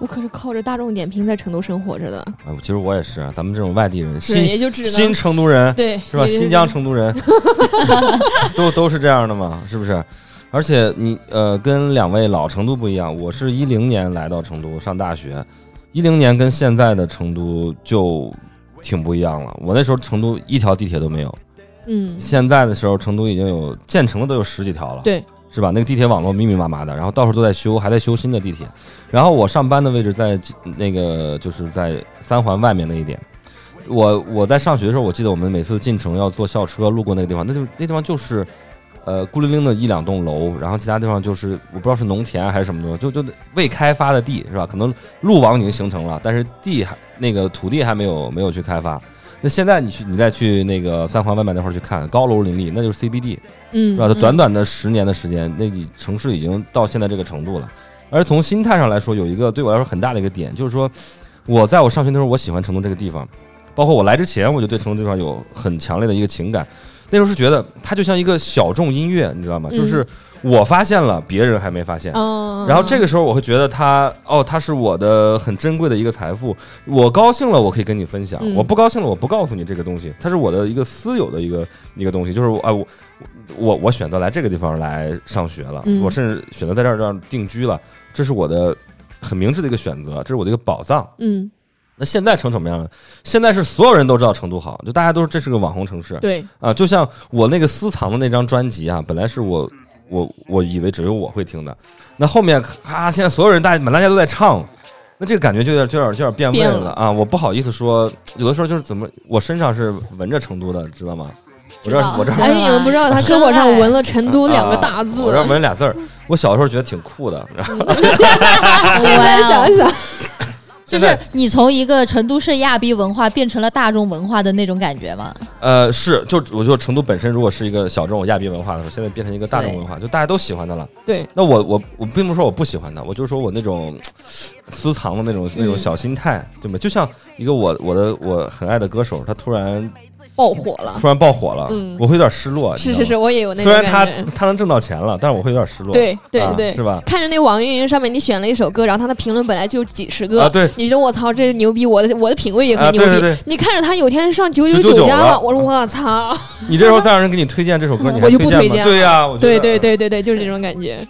C: 我可是靠着大众点评在成都生活着的，
D: 哎其实我也是，咱们这种外地人
C: 是
D: 新
C: 也就只
D: 新
C: 能
D: 成都人
C: 对
D: 是吧？
C: 也就
D: 新疆成都人 都都是这样的嘛，是不是？而且你呃，跟两位老成都不一样，我是一零年来到成都上大学，一零年跟现在的成都就挺不一样了。我那时候成都一条地铁都没有，
C: 嗯
D: 现在的时候成都已经有建成的都有十几条了，
C: 对，
D: 是吧？那个地铁网络密密麻麻的，然后到处都在修，还在修新的地铁。然后我上班的位置在那个就是在三环外面那一点。我我在上学的时候，我记得我们每次进城要坐校车路过那个地方，那就那地方就是，呃，孤零零的一两栋楼，然后其他地方就是我不知道是农田还是什么东西，就就未开发的地是吧？可能路网已经形成了，但是地还那个土地还没有没有去开发。那现在你去你再去那个三环外面那块儿去看，高楼林立，那就是 CBD，
C: 嗯
D: 是吧？它短短的十年的时间，那你城市已经到现在这个程度了。而从心态上来说，有一个对我来说很大的一个点，就是说，我在我上学的时候，我喜欢成都这个地方，包括我来之前，我就对成都这地方有很强烈的一个情感。那时候是觉得它就像一个小众音乐，你知道吗？
C: 嗯
D: 就是我发现了，别人还没发现。
C: 嗯，
D: 然后这个时候我会觉得它，哦，它是我的很珍贵的一个财富。我高兴了，我可以跟你分享；
C: 嗯
D: 我不高兴了，我不告诉你这个东西。它是我的一个私有的一个一个东西，就是我啊，我我我选择来这个地方来上学了，
C: 嗯
D: 我甚至选择在这儿这儿定居了，这是我的很明智的一个选择，这是我的一个宝藏。
C: 嗯
D: 那现在成什么样了？现在是所有人都知道成都好，就大家都是这是个网红城市。
C: 对
D: 啊，就像我那个私藏的那张专辑啊，本来是我我我以为只有我会听的，那后面啊，现在所有人大满大街都在唱，那这个感觉就有点就有点就有点变味
C: 变
D: 了
C: 了
D: 啊！我不好意思说，有的时候就是怎么我身上是闻着成都的，知道吗？我这儿我这
F: 嗯
D: 儿
E: 哎
C: 哎，你们不
F: 啊
C: 知道他胳膊上纹了“成都”两个大字嗯
D: 啊，我这儿纹俩字儿。我小时候觉得挺酷的，然后
C: 现在
F: 哇哦
C: 想想，
F: 就
D: 现
F: 是
D: 在
F: 你从一个成都市亚逼文化变成了大众文化的那种感觉嘛？
D: 呃是就我就成都本身如果是一个小众亚裔文化的时候，现在变成一个大众
F: 对
D: 文化，就大家都喜欢的了。
C: 对，
D: 那我我我并不是说我不喜欢它，我就是说我那种私藏的那种那种小心态，对吗？就像一个我我的我很爱的歌手，他突然
C: 爆火了。
D: 突然爆火了，
C: 嗯
D: 我会有点失落。
C: 是
D: 你
C: 是
D: 知
C: 是，
D: 道吗，
C: 我也有那
D: 虽
C: 种
D: 然他
C: 感觉。
D: 他能挣到钱了，但是我会有点失落。
C: 对对
D: 啊
C: 对
D: 是吧？
C: 看着那网易云上面你选了一首歌，然后他的评论本来就几十个，
D: 啊对
C: 你觉得我操这牛逼，我的我的品味也很
D: 啊
C: 牛逼。
D: 对对对
C: 你看着他有天上九
D: 999
C: 家
D: 了
C: 我说我操，
D: 你这时候再让人给你推荐这首歌，你还
C: 我就不
D: 荐
C: 推
D: 吗？
C: 荐
D: 对呀，我觉
C: 对
D: 得
C: 对，对对对，就是这种感觉。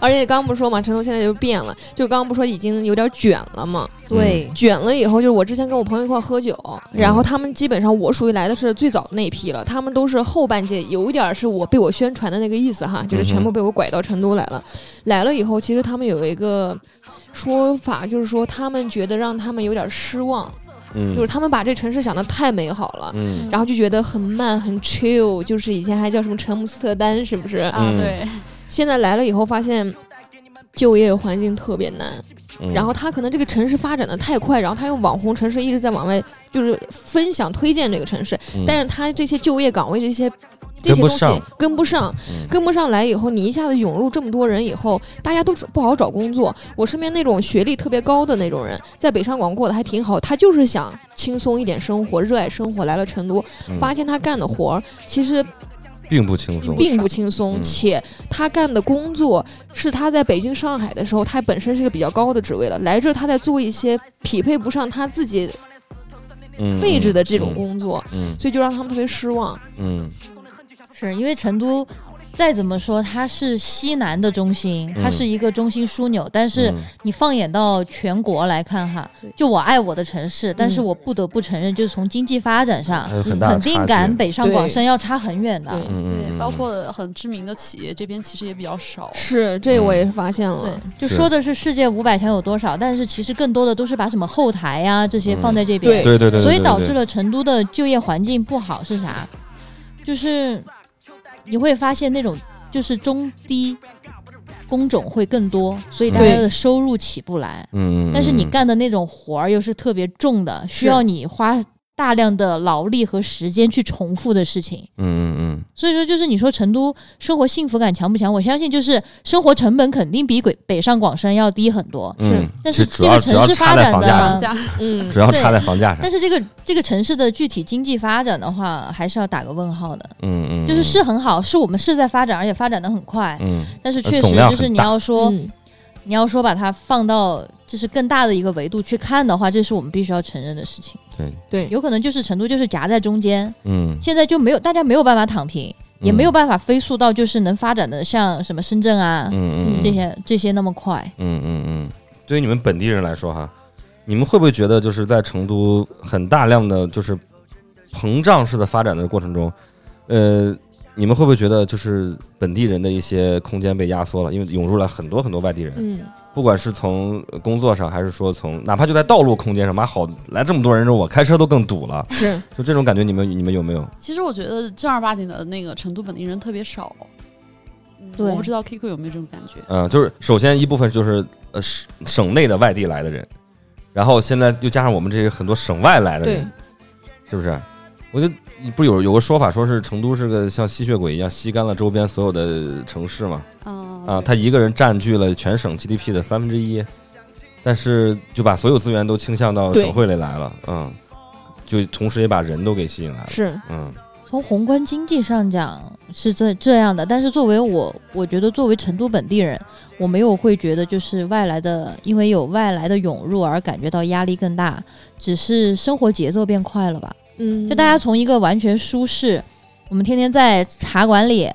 C: 而且刚刚不是说嘛，陈彤现在就变了，就刚刚不是说已经有点卷了嘛，
D: 对，
C: 卷了以后，就是我之前跟我朋友一块儿喝酒，
D: 嗯
C: 然后他们基本上我属于来的是最早的那一批了，他们都是后半届，有一点儿是我被我宣传的那个意思哈，
D: 嗯
C: 就是全部被我拐到成都来了。来了以后，其实他们有一个说法，就是说他们觉得让他们有点失望，
D: 嗯，
C: 就是他们把这城市想的太美好了。
D: 嗯
C: 然后就觉得很慢很 chill，就是以前还叫什么陈姆斯特丹，是不是？
E: 啊，
D: 嗯
E: 对，
C: 现在来了以后发现，就业环境特别难，
D: 嗯
C: 然后他可能这个城市发展的太快，然后他用网红城市一直在往外就是分享推荐这个城市，
D: 嗯
C: 但是他这些就业岗位这些这些
D: 跟
C: 东
D: 不
C: 西
D: 上
C: 跟不上，
D: 嗯
C: 跟不上来以后，你一下子涌入这么多人以后，大家都是不好找工作。我身边那种学历特别高的那种人，在北上广过得还挺好，他就是想轻松一点生活，热爱生活，来了成都，
D: 嗯
C: 发现他干的活儿其实
D: 并不轻松，
C: 并不轻松，
D: 嗯
C: 且他干的工作是他在北京、上海的时候，他本身是一个比较高的职位了，来这儿他在做一些匹配不上他自己
D: 嗯
C: 位置的这种，工作，
D: 嗯
C: 所以就让他们特别失望。
D: 嗯
F: 是因为成都再怎么说它是西南的中心，它
D: 嗯
F: 是一个中心枢纽，但是
D: 嗯
F: 你放眼到全国来看哈，就我爱我的城市，但是
C: 嗯
F: 我不得不承认，就是从经济发展上
D: 还有很大的
F: 肯定
D: 差距
F: 赶北上
C: 对
F: 广深要差很远的。
C: 对，
D: 嗯嗯
E: 对，
D: 嗯，
E: 包括很知名的企业这边其实也比较少。
C: 是这我
D: 嗯
C: 也是发现了。
F: 对，就是说的是世界五百强有多少，但是其实更多的都是把什么后台呀、这些放在这边，
C: 对
D: 对对对，
F: 所以导致
D: 了
F: 了成都的就业环境不好是啥？就是你会发现那种就是中低工种会更多，所以大家
C: 对
F: 的收入起不来。
D: 嗯，嗯
F: 但是你干的那种活儿又是特别重的，需要你花大量的劳力和时间去重复的事情。
D: 嗯嗯
F: 所以说，就是你说成都生活幸福感强不强？我相信就是生活成本肯定比北北上广深要低很多，
D: 嗯
C: 是
D: 嗯，
F: 但是
D: 这主
F: 这
D: 要
F: 个
D: 只要
F: 城市
D: 差
F: 发
D: 在
F: 展
D: 房价上，
F: 的
E: 房价
C: 嗯，
D: 主要差在房价上
F: 但，是这个这个城市的具体经济发展的话，还是要打个问号的。
D: 嗯嗯，
F: 就是是很好，是我们是在发展，而且发展的很快。
D: 嗯呃
F: 但是确
D: 总
F: 实
D: 量
F: 就是
D: 很
F: 你
D: 大
F: 要说，
C: 嗯
F: 你要说把它放到就是更大的一个维度去看的话，这是我们必须要承认的事情。
D: 对，
C: 对，
F: 有可能就是成都就是夹在中间，
D: 嗯
F: 现在就没有大家没有办法躺平，也没有办法飞速到就是能发展的像什么深圳啊、
D: 嗯嗯
F: 这些这些那么快。
D: 嗯嗯嗯，对于你们本地人来说哈，你们会不会觉得就是在成都很大量的就是膨胀式的发展的过程中，呃，你们会不会觉得就是本地人的一些空间被压缩了？因为涌入了很多很多外地人，
C: 嗯，
D: 不管是从工作上，还是说从哪怕就在道路空间上，妈好来这么多人之后，我开车都更堵了，
C: 是
D: 就这种感觉，你们你们有没有？
E: 其实我觉得正儿八经的那个成都本地人特别少。嗯
F: 对
E: 我不知道 Kiko 有没有这种感觉。
D: 嗯，就是首先一部分就是呃省省内的外地来的人，然后现在又加上我们这些很多省外来的
C: 对
D: 人，，是不是？我就不是有有个说法，说是成都是个像吸血鬼一样吸干了周边所有的城市嘛？
E: 嗯
D: 啊，他一个人占据了全省 GDP 的三分之一，但是就把所有资源都倾向到
C: 对
D: 省会里来了，嗯，就同时也把人都给吸引来了，
C: 是
D: 嗯
F: 从宏观经济上讲是这这样的，但是作为我，我觉得作为成都本地人，我没有会觉得就是外来的，因为有外来的涌入而感觉到压力更大，只是生活节奏变快了吧。
C: 嗯，
F: 就大家从一个完全舒适，我们天天在茶馆里，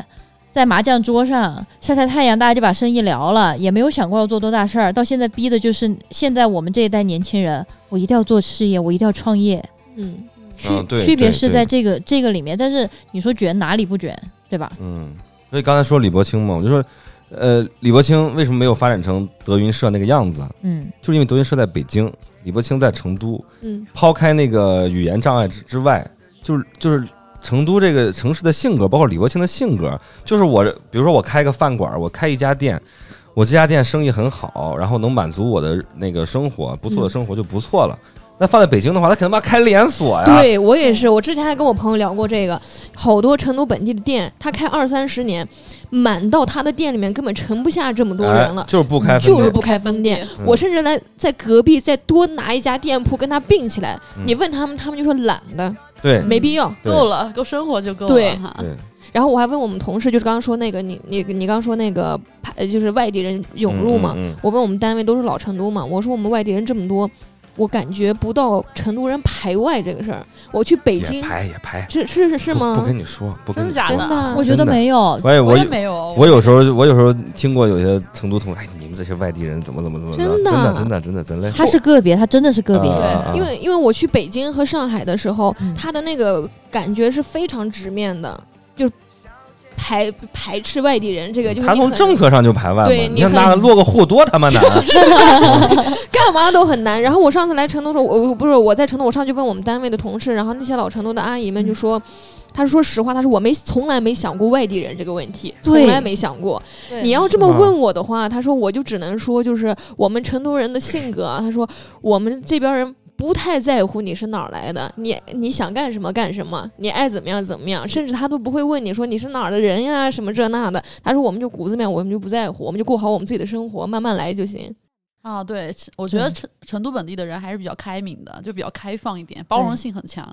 F: 在麻将桌上晒晒太阳，大家就把生意聊了，也没有想过要做多大事儿。到现在逼的就是现在我们这一代年轻人，我一定要做事业，我一定要创业。
C: 嗯
F: 区、
D: 嗯对
F: 区别
D: 对
F: 是
D: 对
F: 在这个这个里面，但是你说卷哪里不卷，对吧？
D: 嗯。所以刚才说李伯清嘛，我就说，呃，李伯清为什么没有发展成德云社那个样子啊？
F: 嗯，
D: 就是因为德云社在北京，李伯清在成都，
C: 嗯
D: 抛开那个语言障碍之之外，就是就是成都这个城市的性格，包括李国庆的性格，就是我，比如说我开个饭馆，我开一家店，我这家店生意很好，然后能满足我的那个生活，不
C: 嗯
D: 错的生活就不错了。那放在北京的话，他可能妈开连锁呀，哎
C: 对我也是，我之前还跟我朋友聊过这个，好多成都本地的店，他开二三十年，满到他的店里面根本盛不下这么多
D: 哎
C: 人了。嗯
D: 就是不开分店，
C: 就是不开分店，
D: 嗯
C: 我甚至来在隔壁再多拿一家店铺跟他并起来。
D: 嗯
C: 你问他们，他们就说懒的，
D: 对
C: 没必要。
D: 对
E: 够了，够生活就够了。
C: 对
E: 哈
D: 对
C: 然后我还问我们同事，就是刚刚说那个，你你你刚刚说那个派，就是外地人涌入嘛。
D: 嗯嗯嗯
C: 我问我们单位都是老成都嘛，我说我们外地人这么多，我感觉不到成都人排外这个事儿。我去北
D: 也
C: 京，
D: 排也排，
C: 是是是是
D: 不不
C: 吗？
D: 跟你说，不跟
E: 真
D: 你
E: 的
D: 说
E: 假。
C: 真的
F: 我觉
D: 真
F: 得
D: 的
F: 没有，
D: 我也我
E: 我也
D: 有
E: 没有，
D: 我有时候我有时候听过有些成都同事，哎，你们这些外地人怎么怎么怎么着
C: 真的啊
D: 真的真的真的真累，
F: 他是个别，他真的是个别。
D: 啊
C: 因为因为我去北京和上海的时候，
F: 嗯
C: 他的那个感觉是非常直面的，就是排排斥外地人，这个就是
D: 嗯他
C: 你
D: 从
C: 很
D: 政策上就排外嘛，
C: 对
D: 你
C: 你
D: 看
C: 很
D: 那落个户多他妈难，啊
C: 干嘛都很难。然后我上次来成都的时候，我我不是我在成都，我上去问我们单位的同事，然后那些老成都的阿姨们就说。她说：“实话，她说我没从来没想过外地人这个问题，
F: 对
C: 从来没想过。你要这么
D: 是吧
C: 问我的话，她说我就只能说，就是我们成都人的性格啊。她说我们这边人不太在乎你是哪儿来的，你你想干什么干什么，你爱怎么样怎么样，甚至他都不会问你说你是哪儿的人呀，什么这那的。她说我们就骨子里面我们就不在乎，我们就过好我们自己的生活，慢慢来就行。
E: 啊，对，我觉得
F: 嗯
E: 成成都本地的人还是比较开明的，就比较开放一点，包容性很强。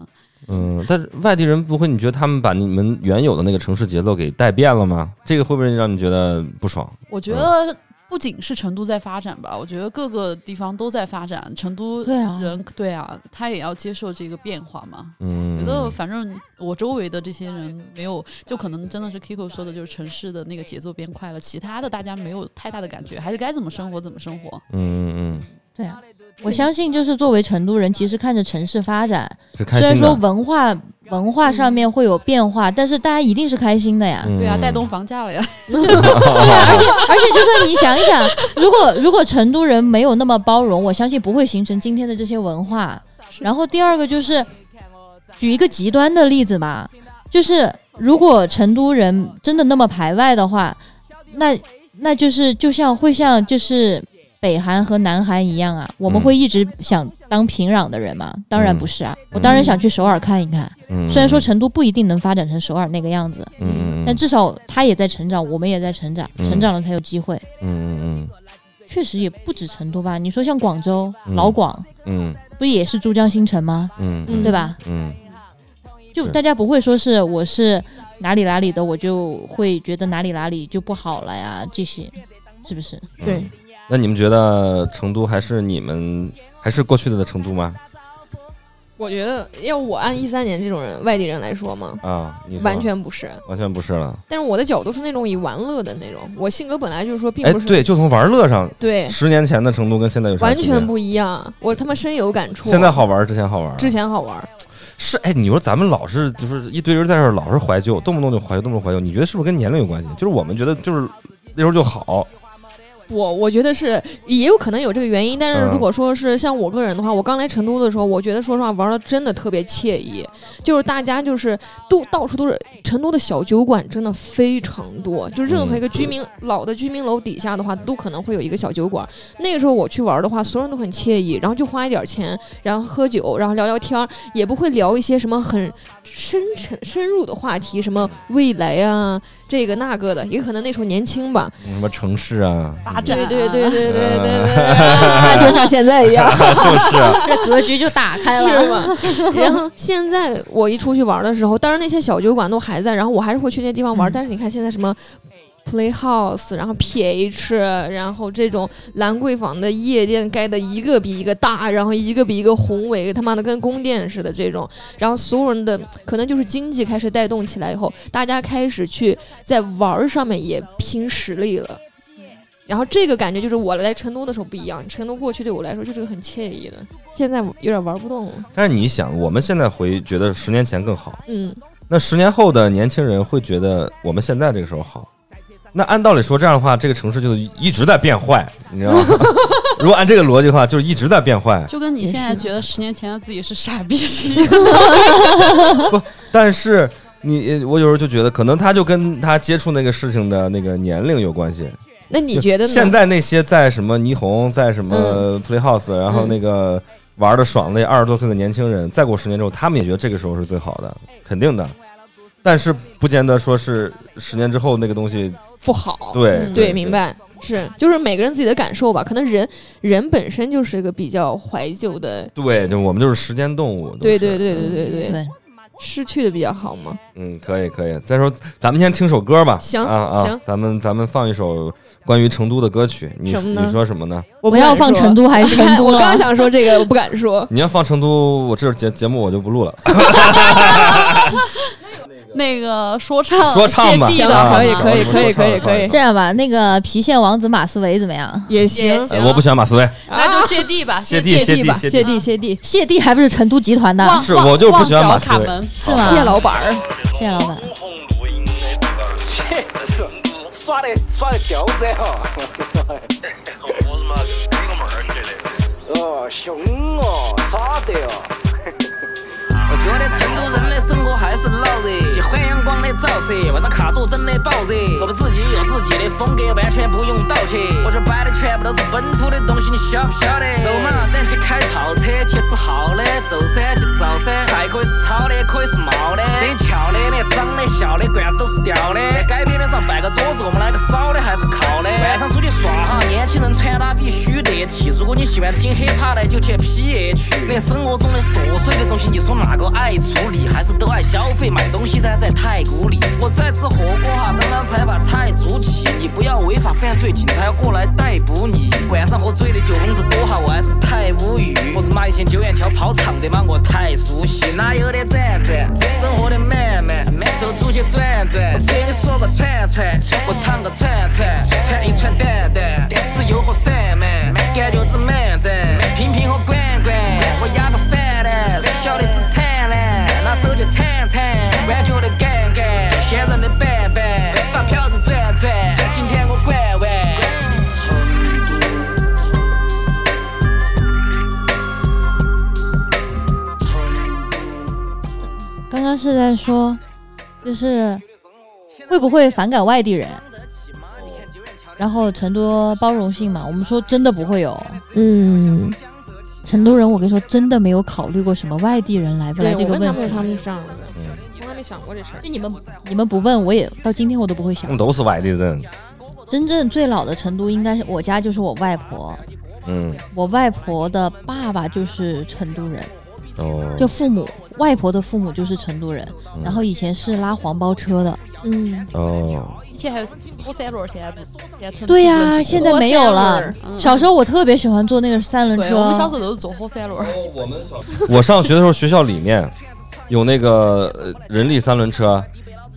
D: 嗯，但是外地人不会，你觉得他们把你们原有的那个城市节奏给带变了吗？这个会不会让你觉得不爽？
E: 我觉得不仅是成都在发展吧，我觉得各个地方都在发展。成都
F: 对啊
E: 人对啊，他也要接受这个变化嘛。
D: 嗯，
E: 觉得反正我周围的这些人没有，就可能真的是 Kiko 说的，就是城市的那个节奏变快了，其他的大家没有太大的感觉，还是该怎么生活怎么生活。
D: 嗯嗯嗯，
F: 对啊，我相信就是作为成都人，其实看着城市发展，
D: 是开
F: 虽然
D: 心
F: 说
D: 的。
F: 文化文化上面会有变化，但是大家一定是开心的呀。
D: 嗯
E: 对啊，带动房价了呀。
F: 对啊，而且而且，就算你想一想，如果如果成都人没有那么包容，我相信不会形成今天的这些文化。然后第二个就是，举一个极端的例子吧，就是如果成都人真的那么排外的话，那那就是就像会像就是北韩和南韩一样啊，我们
D: 嗯
F: 会一直想当平壤的人吗？当然不是啊，我当然想去首尔看一看。
D: 嗯
F: 虽然说成都不一定能发展成首尔那个样子，
D: 嗯嗯嗯
F: 但至少他也在成长，我们也在成长，
D: 嗯
F: 成长了才有机会。
D: 嗯嗯
F: 确实也不止成都吧，你说像广州、
D: 嗯
F: 老广，
D: 嗯
F: 不也是珠江新城吗？
D: 嗯嗯，
C: 嗯
F: 对吧？
D: 嗯
F: 就是大家不会说是我是哪里哪里的，我就会觉得哪里哪里就不好了呀，这些是不是？
C: 对，
D: 那你们觉得成都还是你们还是过去的成都吗？
C: 我觉得要我按一三年这种人外地人来说嘛，
D: 啊，你说
C: 完全不是。
D: 完全不是了。
C: 但是我的角度是那种以玩乐的那种，我性格本来就是说并
D: 哎
C: 不，是
D: 对，就从玩乐上，
C: 对
D: 十年前的成都跟现在有啥
C: 完
D: 区别啊
C: 全不一样，我他妈深有感触。
D: 现在好玩，之前好玩。
C: 之前好玩，
D: 是哎，你说咱们老是就是一堆人在这儿老是怀旧，动不动就怀旧，动不动怀旧，你觉得是不是跟年龄有关系？就是我们觉得就是那时候就好，
C: 我我觉得是也有可能有这个原因，但是
D: 嗯
C: 如果说是像我个人的话，我刚来成都的时候，我觉得说实话玩的真的特别惬意，就是大家就是都到处都是成都的小酒馆，真的非常多，就任何一个居民、老的居民楼底下的话，都可能会有一个小酒馆。那个时候我去玩的话，所有人都很惬意，然后就花一点钱，然后喝酒，然后聊聊天儿，也不会聊一些什么很深沉深入的话题，什么未来啊这个那个的，也可能那时候年轻吧，
D: 什么城市啊，
E: 发展啊
C: 对对对对对对对，
F: 啊
C: 就像现在一样，
D: 就是啊
F: 这格局就打开
C: 是
F: 了。
C: 吧？然后现在我一出去玩的时候，当然那些小酒馆都还在，然后我还是会去那些地方玩。
F: 嗯
C: 但是你看现在什么 Playhouse，然后 PH，然后这种兰桂坊的夜店盖的一个比一个大，然后一个比一个宏伟，他妈的跟宫殿似的这种。然后所有人的可能就是经济开始带动起来以后，大家开始去在玩儿上面也拼实力了。然后这个感觉就是我来成都的时候不一样，成都过去对我来说就是个很惬意的，现在我有点玩不动了。
D: 但是你想，我们现在回觉得十年前更好，
C: 嗯，
D: 那十年后的年轻人会觉得我们现在这个时候好，那按道理说，这样的话，这个城市就一直在变坏，你知道吗？ 如果按这个逻辑的话，就是一直在变坏。
E: 就跟你现在觉得十年前的自己是傻逼是一样的。
D: 但是你，我有时候就觉得，可能他就跟他接触那个事情的那个年龄有关系。
C: 那你觉得呢？
D: 现在那些在什么霓虹，在什么
C: 嗯
D: Playhouse，、然后那个玩的爽的二十多岁的年轻人，再过十年之后，他们也觉得这个时候是最好的，肯定的。但是不见得说是十年之后那个东西，
C: 不好，
D: 对、
E: 嗯
C: 对，明。白。是，就是每个人自己的感受吧。可能人人本身就是一个比较怀旧的，
D: 对，就我们就是时间动物。都
C: 对
D: 是
C: 对对对对对，
F: 对，
C: 失去的比较好嘛。
D: 嗯，可以可以。再说，咱们先听首歌吧。
C: 行
D: 啊啊，
C: 行
D: 咱们咱们放一首关于成都的歌曲。你
C: 什么呢
D: 你说什么呢？
C: 我
F: 我
C: 不
F: 要
C: 敢
F: 放
C: 说
F: 成都还 是
C: 你看
F: 成都啊
C: 我刚
F: 了？
C: 想说这个，我不敢说。
D: 你要放成都，我这节节目我就不录了。
E: 那个说
C: 哦
E: 唱，
D: 说唱吧，
E: 谢帝
C: 行
E: 的
D: 啊
C: 可以
D: 啊
C: 可以
D: 我们
C: 可以
D: 说唱
C: 可以
D: 吧放
C: 可
D: 一
C: 以
D: 首
F: 这样吧，那个郫县王子马思唯怎么样？
C: 也
E: 也
C: 行，
E: 行，
D: 哎我不喜欢马思唯，
E: 那就谢帝吧，
D: 谢
E: 帝
D: 帝谢
C: 吧，
D: 帝
C: 谢帝谢帝，
F: 谢帝还不是成都集团的，
E: 忘
D: 是
E: 忘
D: 我就不喜欢
E: 忘
D: 马
E: 脚
D: 思
E: 卡
D: 唯
E: 门
F: 是吗？
C: 谢老板儿。
F: 谢谢老板。
H: 耍的耍的刁钻哈。我他妈给个妹儿你这哦，凶哦，耍的哦。
B: 我觉得成都人的生活还是闹热，喜欢阳光的照射，晚上卡住真的暴热。我们自己有自己的风格，完全不用盗窃。我这摆的全部都是本土的东西，你晓不晓得？走嘛，咱去开跑车，去吃好的，走噻去造噻。菜可以是炒的，可以是冒的，谁翘的、连长的、笑的，罐子都是掉的。街边边上摆个桌子，我们来个烧的还是烤的？晚上出去耍哈，年轻人穿搭必须得体。如果你喜欢听 hiphop 的，就去 PH。那生活中的琐碎的东西，你说哪个爱处理？还是都爱消费？买东西在在太古里，我在吃火锅哈，刚刚才把菜煮起。你不要违法犯罪，警察要过来逮捕你。晚上喝醉的酒疯子多哈，我还是太无语。我是妈以前九眼桥跑场的嘛，我太熟悉。哪有的站站，生活的慢慢，走出去转转。我追你说个串串，我烫个串串，串一串蛋蛋，自由和散漫，感觉是满赞。瓶瓶和罐罐，我压个饭蛋，笑的只灿烂，拿手机铲铲，弯角的杆杆，闲人的板板，把票子转转，今天我管完。
F: 刚刚是在说，就是会不会反感外地人？然后成都包容性嘛，我们说真的不会有。
C: 嗯，
F: 成都人，我跟你说，真的没有考虑过什么外地人来不来
C: 对，
F: 这
C: 我
F: 个
C: 问他
F: 问
C: 们有
F: 题。
C: 他们这样的，从来没想过这事儿。
F: 就你们你们不问，我也到今天我都不会
D: 他
F: 想
D: 们。都是外地人。
F: 真正最老的成都，应该是我家就是我外婆，
D: 嗯，
F: 我外婆的爸爸就是成都人，
D: 哦，
F: 就父母，外婆的父母就是成都人，然后以前是拉黄包车的。
C: 嗯，
D: 哦，
E: 以前还有过三轮，现在不现在成都
F: 对
E: 不能
F: 呀、
E: 坐
F: 现在没有了。
E: 嗯
F: 小时候我特别喜欢坐那个三轮
E: 对，我们小 时
F: 车，
E: 候都是坐火三轮，
D: 我上学的时候，学校里面有那个呃人力三轮车，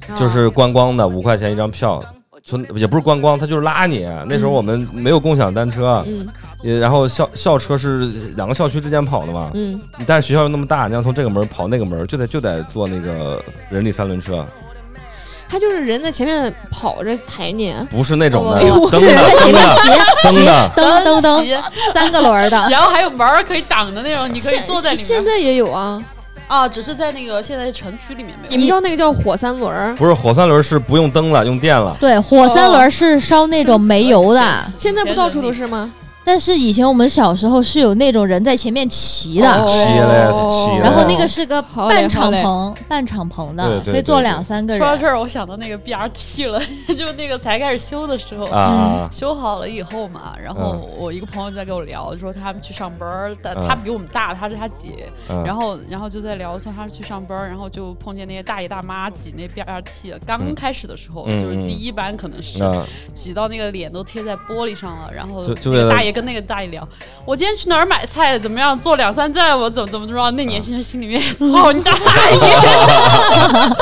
C: 啊
D: 就是观光的，五块钱一张票。村也不是观光，他就是拉你。那时候我们没有共享单车，
C: 嗯
D: 也然后校校车是两个校区之间跑的嘛。
C: 嗯，
D: 但是学校又那么大，你要从这个门跑那个门，就得就得坐那个人力三轮车，
C: 他就是人在前面跑着抬你，
D: 不是那种的
C: 哎呦，
D: 蹬
F: 是在
D: 的
F: 前
D: 蹬
F: 面
D: 的
F: 骑
D: 蹬的，
F: 噔噔噔
E: 然后
F: 三个轮儿的，
E: 然后还有门儿可以挡的那种，你可以
C: 现
E: 坐在里
C: 现
E: 面。
C: 在也有啊，
E: 啊，只是在那个现在城区里面
C: 你
E: 没有。
C: 们叫那个叫火三轮儿，
D: 不是火三轮是不用蹬了，用电了。
F: 对，火三轮是烧那种煤油的，
E: 哦
C: 现在不到处都是吗？
F: 但是以前我们小时候是有那种人在前面骑的，
D: 哦骑嘞骑嘞
F: 然后那个是个
C: 好嘞
F: 半敞
C: 好
F: 篷，半敞篷
D: 对
F: 的，
D: 对
F: 可以坐
D: 对
F: 两三个
E: 说到这
F: 人。
E: 儿，我想到那个 BRT 了， 就那个才开始修的时候，
D: 啊，
E: 修好了以后嘛，然后
D: 嗯
E: 我一个朋友在跟我聊，就说他们去上班儿，但
D: 嗯
E: 他比我们大，他是他姐，
D: 嗯
E: 然后然后就在聊说他去上班儿，然后就碰见那些大爷大妈挤那 BRT，刚开始的时候、
D: 嗯
E: 就是
D: 嗯
E: 第一班可能是、
D: 那
E: 挤到那个脸都贴在玻璃上了，然后
D: 就就
E: 那
D: 为
E: 个
D: 了
E: 大爷跟那个大爷聊，我今天去哪儿买菜，怎么样，坐两三站，我怎么怎么着，那年轻人心里面操你大 爷，
F: 哦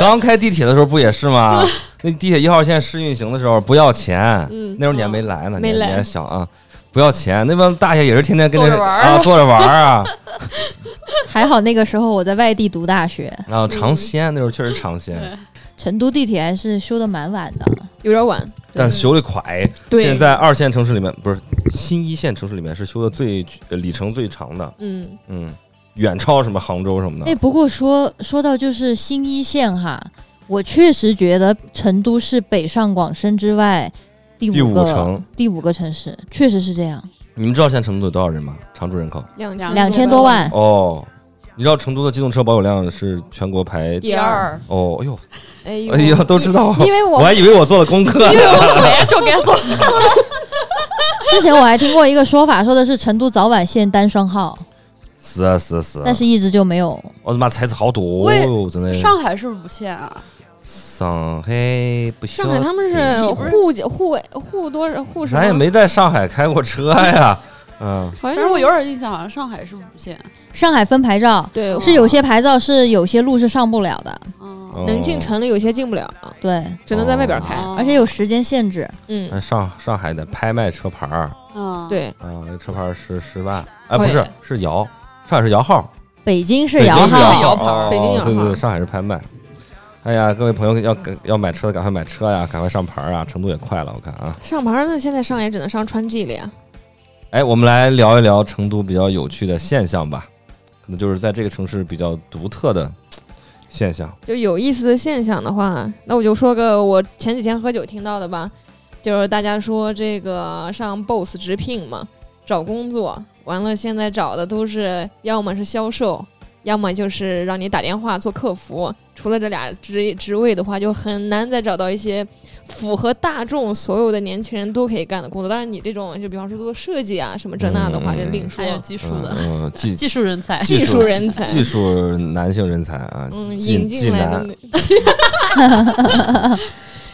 D: 刚开地铁的时候不也是吗？那地铁一号线试运行的时候不要钱，
F: 嗯
D: 那时候你还没来呢，
C: 嗯没
D: 你还
C: 来
D: 你还小啊，不要钱。那帮大爷也是天天跟
E: 坐
D: 着
E: 着玩儿
D: 啊坐着玩儿啊，
F: 还好那个时候我在外地读大学，
D: 然后尝鲜，那时候确实尝鲜。
F: 成都地铁还是修的蛮晚的，
C: 有点晚。
D: 但修的快。
C: 对
D: 现在二线城市里面不是新一线城市里面是修的最呃里程最长的，
C: 嗯，
D: 嗯，远超什么杭州什么
F: 哎，
D: 的。
F: 不过说说到就是新一线哈，我确实觉得成都是北上广深之外第
D: 第
F: 五
D: 五
F: 个
D: 城，
F: 第五个城市，确实是这样，
D: 你们知道现在成都有多少人吗？常住人口？
C: 两
F: 两千多万，
D: 哦，你知道成都的机动车保有量是全国排
C: 第二。
D: 哦，哎呦，
C: 哎呦
D: 哎呀，都知道，
C: 因因为我
D: 还以为我做了功课
C: 因。 为我昨天就该说，
F: 之前我还听过一个说法，说的是成都早晚限单双号，
D: 是啊是啊是啊，
F: 但是一直就没有。
D: 我的妈，菜市好多
E: 我也
D: 哦，真的。
E: 上海是不是不限
D: 嗯
E: 啊？
D: 上海不 晓
C: 上海他们是
E: 你不是
C: 沪几沪沪多少沪什
D: 咱也
C: 么？
D: 没在上海开过车呀。 嗯，
C: 好
E: 反
C: 像
E: 正
C: 是
E: 我有点印象，好像上海是不是不限？
F: 上海分牌照
C: 对
F: 是有些牌照是有些路是上不了的，
E: 嗯，
D: 哦
C: 能进。城的，有些进不了，
F: 对，
C: 只能在外边开。
E: 哦
F: 哎而且有时间限制。
C: 嗯，
D: 那上上海得拍卖车牌儿
E: 嗯，
C: 对，
D: 啊，那车牌儿是十万，哎，
C: 对
D: 不是是摇，上海是摇号，
F: 北京
D: 北
F: 是
D: 京
F: 摇
D: 是
F: 号，
D: 摇号，
C: 北京摇
D: 哦
C: 号
D: 对对对，上海是拍卖。哎呀，各位朋友要赶要买车的赶快买车呀，赶快上牌儿啊！成都也快了，我看啊。
C: 上牌儿那现在上也只能上川啊 G 了呀。
D: 哎，我们来聊一聊成都比较有趣的现象吧，可能就是在这个城市比较独特的嘖现象。
C: 就有意思的现象的话，那我就说个我前几天喝酒听到的吧，就是大家说这个上 BOSS 直聘嘛，找工作，完了现在找的都是要么是销售，要么就是让你打电话做客服。除了这俩职职位的话，就很难再找到一些符合大众所有的年轻人都可以干的工作。当然，你这种就比方说做设计啊什么这那的话，
D: 嗯
C: 这另说
E: 还。有技术的
D: 嗯，嗯技
E: 技术人才，
C: 技术人才
D: 技术男性人才啊，
C: 嗯，
D: 技
C: 引
D: 技
C: 进来的
D: 男，
C: 那。